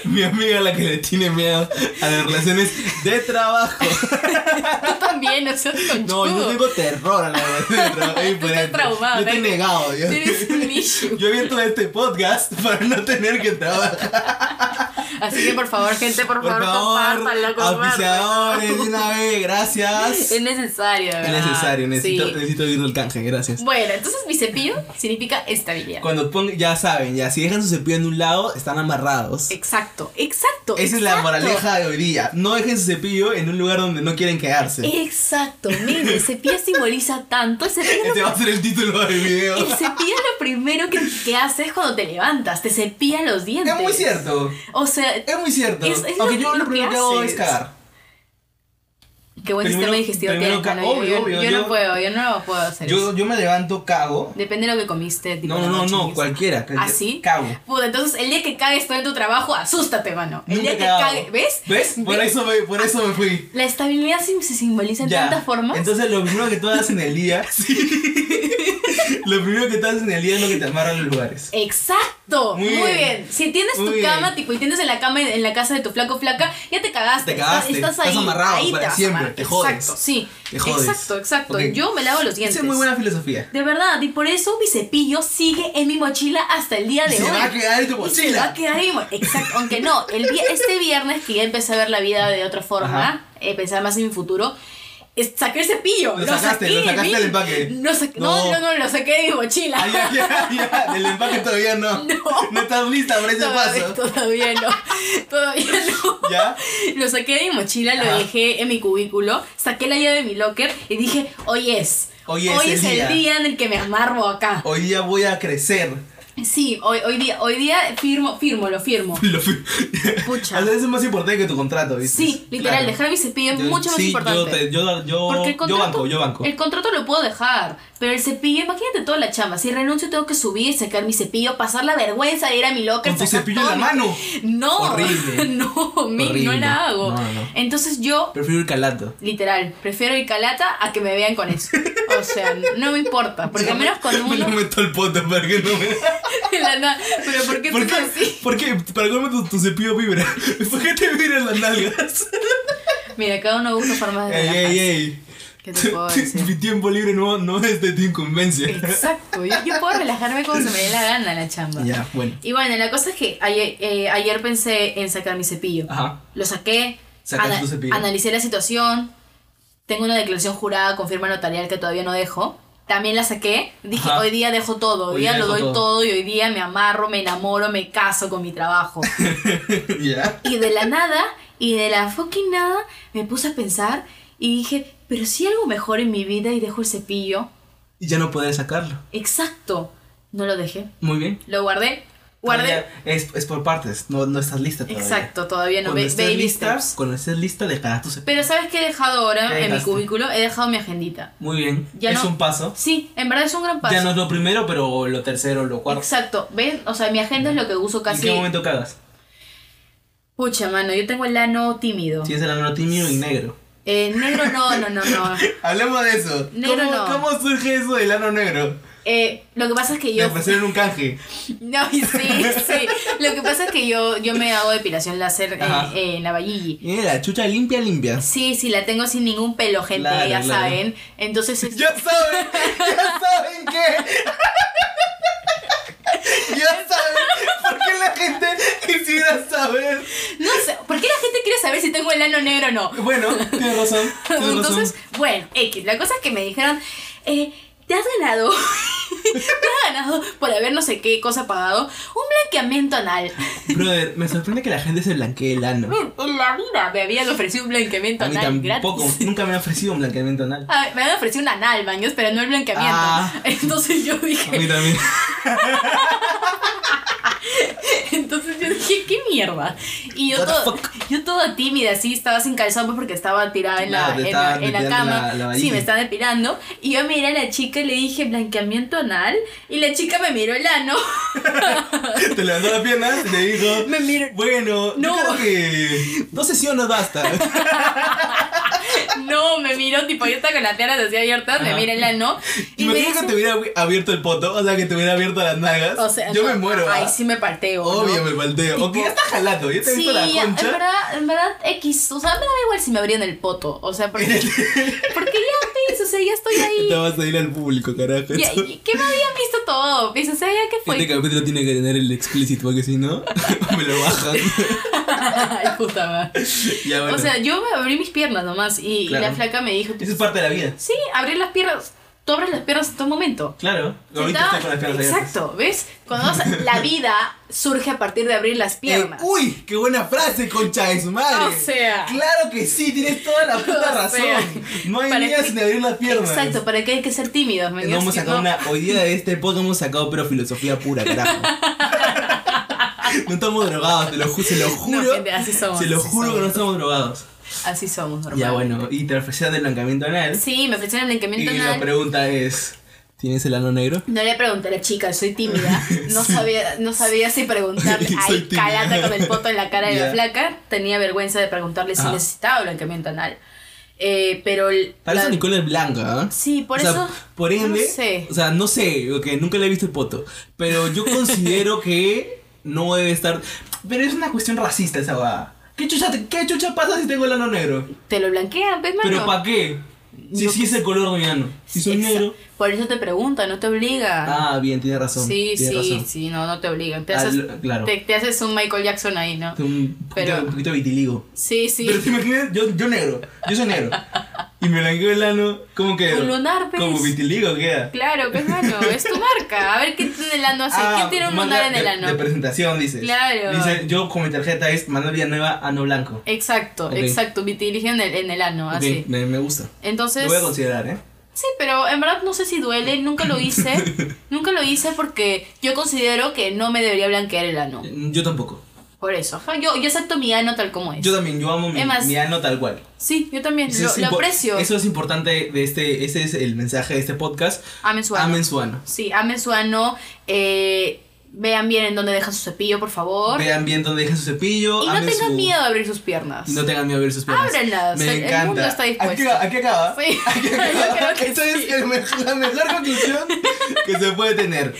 Mi amiga la que le tiene miedo a las relaciones de trabajo.
Tú también, no seas
No,
conchudo.
yo tengo terror a las relaciones de trabajo. Es
Tú estás eh.
diferente.
traumado,
Yo te he
¿verdad?
negado. Yo,
Tú eres un issue.
yo he abierto este podcast para no tener que trabajar.
Así que por favor, gente, por,
Por
favor,
favor,
compártanlo,
auspiciadores, de
compártanlo.
una vez, gracias.
Es necesario,
Es
¿verdad?
necesario, necesito,
Sí.
necesito oír el canje, gracias.
Bueno, entonces mi cepillo significa estabilidad.
Cuando pongan, ya saben, ya si dejan su cepillo en un lado, están amarrados.
Exacto, exacto.
Esa es la
exacto.
moraleja de hoy día. No dejen su cepillo en un lugar donde no quieren quedarse.
Exacto, mire, el cepillo simboliza tanto. El cepillo,
Este va a ser el título del video.
el cepillo lo primero que, que haces cuando te levantas, te cepillas los dientes.
Es muy cierto.
O sea,
Es muy cierto.
Es- es
Aunque
lo-
yo
lo
lo
que
primero que hago
haces.
es cagar.
qué buen
Primero-
sistema digestivo
primero
tienes.
ca-
mano, yo, yo-
obvio, obvio,
yo
yo-
no puedo, yo no puedo hacer eso.
Yo, yo me levanto, cago.
Depende de lo que comiste. Tipo,
No, no,
la
no,
noche
no,
misma.
cualquiera.
¿Ah, sí?
Cago.
Puta, entonces el día que cagues todo en tu trabajo, asústate, mano. El
Nunca
día
he
que
cagado.
cagues, ¿ves?
¿Ves? Por
¿Ves?
eso me, por eso me fui.
La estabilidad sim- se simboliza en
Ya.
tantas formas.
Entonces lo primero que tú haces en el día, lo primero que tú haces en el día es lo que te amarran los lugares.
Exacto,
Muy
muy,
bien.
bien. Si tienes
Muy
tu
bien.
cama, tipo, y tienes en la cama en la casa de tu flaco flaca, ya te cagaste.
Te cagaste,
estás,
estás
ahí.
amarrado
ahí
para
te vas a
siempre,
amarrar.
te jodes.
Exacto, sí.
Te jodes.
Exacto, exacto.
Ok.
Yo me lavo los dientes.
Esa es muy buena filosofía.
De verdad, y por eso mi cepillo sigue en mi mochila hasta el día
Y
de
se
hoy.
va a quedar en tu
Y se
mochila.
va a quedar en mi mo- Exacto, aunque no, el vi- este viernes que ya empecé a ver la vida de otra
Ajá.
forma, eh, pensaba más en mi futuro, es- saqué el cepillo.
Lo sacaste,
saqué
lo
de
sacaste
mí.
del empaque.
No, saqué- no,
No.
no, no, lo saqué de mi mochila.
Ay, ay, ay, ay, del empaque todavía no.
No.
estás lista para ese
Todavía,
paso.
todavía no, todavía no.
¿Ya?
Lo saqué de mi mochila,
Ajá.
lo dejé en mi cubículo, saqué la llave de mi locker y dije, hoy es.
Hoy es el día".
en el que me amarro acá.
Hoy día voy a crecer.
Sí, hoy, hoy día, hoy día firmo, firmo, lo firmo.
Lo fui-
Pucha.
O sea, eso es más importante que tu contrato, ¿viste?
Sí, literal,
Claro.
dejar mi cepillo es
Yo-
mucho más
sí,
importante.
Yo, te- yo, yo,
Porque el
yo
contrato,
banco, yo banco.
El contrato lo puedo dejar, pero el cepillo, imagínate toda la chamba. Si renuncio, tengo que subir, sacar mi cepillo, pasar la vergüenza de ir a mi locker.
Con tu
sacar
cepillo en
todo
la
mi-
mano.
No,
Horrible.
no, mi- no
Horrible.
la hago.
No, no.
Entonces yo,
Prefiero el calato.
literal, prefiero ir calata a que me vean con eso. O sea, no me importa, porque al menos con
Me lo
uno.
meto al poto para que no me.
de la nada, pero ¿por qué
¿Por
tú
qué?
así?
¿Por qué? ¿Para cómo tu, tu cepillo vibra? ¿Por qué te vibran las nalgas?
Mira, cada uno busca formas de.
Ey, ey,
relajarse.
ey.
¿Qué te puedo decir?
Mi tiempo libre no, no es de tu incumbencia.
Exacto, yo, yo puedo relajarme como se me dé la gana en la chamba.
Ya, bueno.
Y bueno, la cosa es que ayer, eh, ayer pensé en sacar mi cepillo.
Ajá.
Lo saqué,
Ah. Sacaste tu cepillo.
analicé la situación, tengo una declaración jurada con firma notarial que todavía no dejo. También la saqué, dije,
Ajá.
hoy día dejo todo, hoy,
Hoy
día
día
lo
dejo todo".
doy todo. y hoy día me amarro, me enamoro, me caso con mi trabajo.
ya.
y de la nada, y de la fucking nada, me puse a pensar y dije, pero si hay algo mejor en mi vida y dejo el cepillo.
Y ya no podré sacarlo.
Exacto, no lo dejé.
Muy bien.
Lo guardé. Guardé.
Todavía Es, es por partes. No, no estás lista todavía.
Exacto, todavía no.
Cuando
Ve-
estés
baby
lista,
steps.
cuando estés lista, dejarás tu cepillo.
Pero ¿sabes qué he dejado ahora
¿Qué
en mi
dejaste?
cubículo? He dejado mi agendita.
Muy bien.
Ya
es
no-
un paso.
Sí, en verdad es un gran paso.
Ya no es lo primero, pero lo tercero, lo cuarto.
Exacto, ¿ves? O sea, mi agenda es lo que uso
¿En
casi.
qué momento cagas?
Pucha, mano, yo tengo el ano tímido.
Si es el ano tímido y negro.
Eh, negro no, no, no, no.
Hablemos de eso.
Negro
¿Cómo,
no.
¿Cómo surge eso del ano negro?
Eh, lo que pasa es que
Me
yo.
ofrecieron un canje.
No, y sí, sí. Lo que pasa es que yo, yo me hago depilación láser eh,
Ajá.
eh, en la vallilla.
Mira, chucha limpia, limpia.
Sí, sí, la tengo sin ningún pelo, gente,
Claro,
ya
claro.
saben. Entonces. es-
Ya saben, ya saben que. Ya saben, ¿por qué la gente quisiera saber?
No sé, ¿por qué la gente quiere saber si tengo el ano negro o no?
Bueno, tienes razón. Tienes
Entonces,
razón.
bueno, X, la cosa es que me dijeron, eh, te has ganado, te has ganado por haber no sé qué cosa pagado, un blanqueamiento anal.
Brother, me sorprende que la gente se blanquee el ano.
En la vida me habían ofrecido un blanqueamiento
A mí
anal
tampoco,
gratis.
nunca me han ofrecido un blanqueamiento anal.
A ver, me habían ofrecido un anal, baños, pero no el blanqueamiento.
Ah.
Entonces yo
A
dije,
mí también.
entonces yo dije, ¿qué mierda? Y yo
What the
todo, yo toda tímida, así, estaba sin calzón pues, porque estaba tirada en la,
Claro, te
en la-
estaban
en la
depilando
cama.
la- la
sí,
varilla.
me estaba depilando. Y yo miré a la chica y le dije, ¿blanqueamiento anal? Y la chica me miró el ano.
Te levantó la pierna y te dijo.
Me miró.
Bueno,
No.
yo creo que dos sesiones basta.
No, me miró, tipo, yo estaba con las piernas así abiertas,
Ajá.
me mira el ano. Y me
Imagina
dice,
que te hubiera abierto el poto, o sea, que te hubiera abierto las nalgas.
o sea,
yo
no,
me muero.
Ay,
¿ah?
sí me parteo. ¿no?
Obvio, me palteo.
Tipo-
O que ya está jalando, ya te he
Sí,
visto la
en
concha.
verdad, en verdad, X. O sea, me da igual si me abrían el poto. O sea, porque, porque ya ves, o sea, ya estoy ahí.
Te vas a ir al público, carajo.
Ya,
Esto-
y- que me habían visto todo. Pues, o sea, ya que
Este
fue.
capítulo tiene que tener el explícito, porque si no, me lo bajan.
Ay, puta madre.
Ya, bueno.
O sea, yo me abrí mis piernas nomás y, y
Claro.
la flaca me dijo, tipo,
Eso es parte de la vida.
sí, abrí las piernas, tú abres las piernas en todo momento.
Claro. Ahorita
Sentaba-
estoy con las piernas abiertas.
Exacto, ¿ves? Cuando vas a- la vida surge a partir de abrir las piernas.
Eh, uy, qué buena frase, concha de su madre.
O sea.
Claro que sí, tienes toda la puta
O
razón.
sea,
no hay
para
vida
que-
sin abrir las piernas.
Exacto, para que hay que ser tímidos, ¿me
Eh, No hemos
entiendes?
sacado
No.
una. Hoy día de este podcast hemos sacado pero filosofía pura, carajo. no estamos drogados, te lo, ju- se lo juro.
gente, así somos,
se lo
así
juro que no
somos.
estamos drogados.
Así somos, normal.
Ya bueno, y te ofrecían del blancamiento anal.
Sí, me ofrecieron el
y
encamiento
la
anal.
pregunta es: ¿Tienes el ano negro?
No le pregunté a la chica, soy tímida. No sabía, no sabía si preguntarle.
Soy
Ay,
tímida.
calata con el poto en la cara de
Ya.
la flaca. Tenía vergüenza de preguntarle si
Ah.
necesitaba el encamiento anal. Eh, pero. el-
Para eso
la-
Nicole es blanca, ¿ah?
Sí, por
O sea,
eso.
por ende.
No sé.
O sea, no sé, ok, nunca le he visto el poto. Pero yo considero que no debe estar. Pero es una cuestión racista esa va. ¿Qué chucha, te- ¿Qué chucha pasa si tengo el ano negro?
Te lo blanquean, ¿ves, mano?
¿Pero para qué? Si
Yo-
sí es el color de mi ano. Si soy
Exa-
negro.
Por eso te pregunta, no te obliga.
Ah, bien, tienes razón.
sí, sí,
tienes razón.
sí, no, no te obligan. Te
Ah,
haces,
lo- claro.
te, te haces un Michael Jackson ahí, ¿no?
Tengo Un poquito,
Pero-
un poquito de vitiligo.
Sí, sí.
Pero te imaginas, yo, yo negro, yo soy negro. y me blanqueo el ano, ¿cómo quedo?
Un lunar, pues. ¿ves?
Como vitiligo queda.
Claro, pues mano, es tu marca. A ver qué tiene el ano así.
Ah,
¿Quién tiene un
manga
lunar en
de-
el
De
ano?
presentación, dices.
Claro.
Dice, yo con mi tarjeta es Manuel Villanueva, ano blanco.
Exacto,
Ok.
exacto. Vitiligo en el, en el ano,
Ok,
así.
me, me gusta.
Ah, Entonces,
Lo voy a considerar, ¿eh?
sí, pero en verdad no sé si duele, nunca lo hice. nunca lo hice porque yo considero que no me debería blanquear el ano.
Yo tampoco.
Por eso, ajá, yo, yo acepto mi ano tal como es.
Yo también, yo amo mi,
Es más,
mi ano tal cual.
sí, yo también,
Eso
lo,
es
lo
impo-
aprecio.
Eso es importante de este, ese es el mensaje de este podcast.
Amen su ano.
Amen su ano.
Sí, amen su ano. eh, vean bien en dónde dejan su cepillo, por favor.
Vean bien dónde dejan su cepillo.
y no
amen
tengan
su-
miedo a abrir sus piernas.
Y no tengan miedo a ver sus piernas.
Ábrelas,
Me
el- el
encanta.
mundo está dispuesto.
Aquí, aquí acaba.
Sí,
Aquí
yo
acaba.
creo que
Esta
sí.
es el mejor- la mejor conclusión que se puede tener.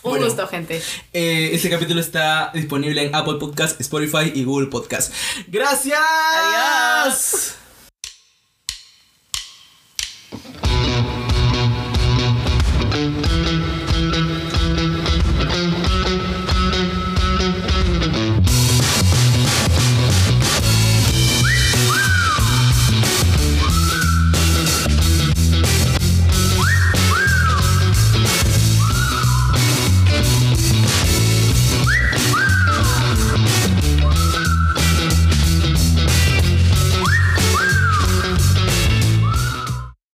Un
Bueno,
gusto, gente.
Eh, este capítulo está disponible en Apple Podcast, Spotify y Google Podcast. Gracias.
Adiós.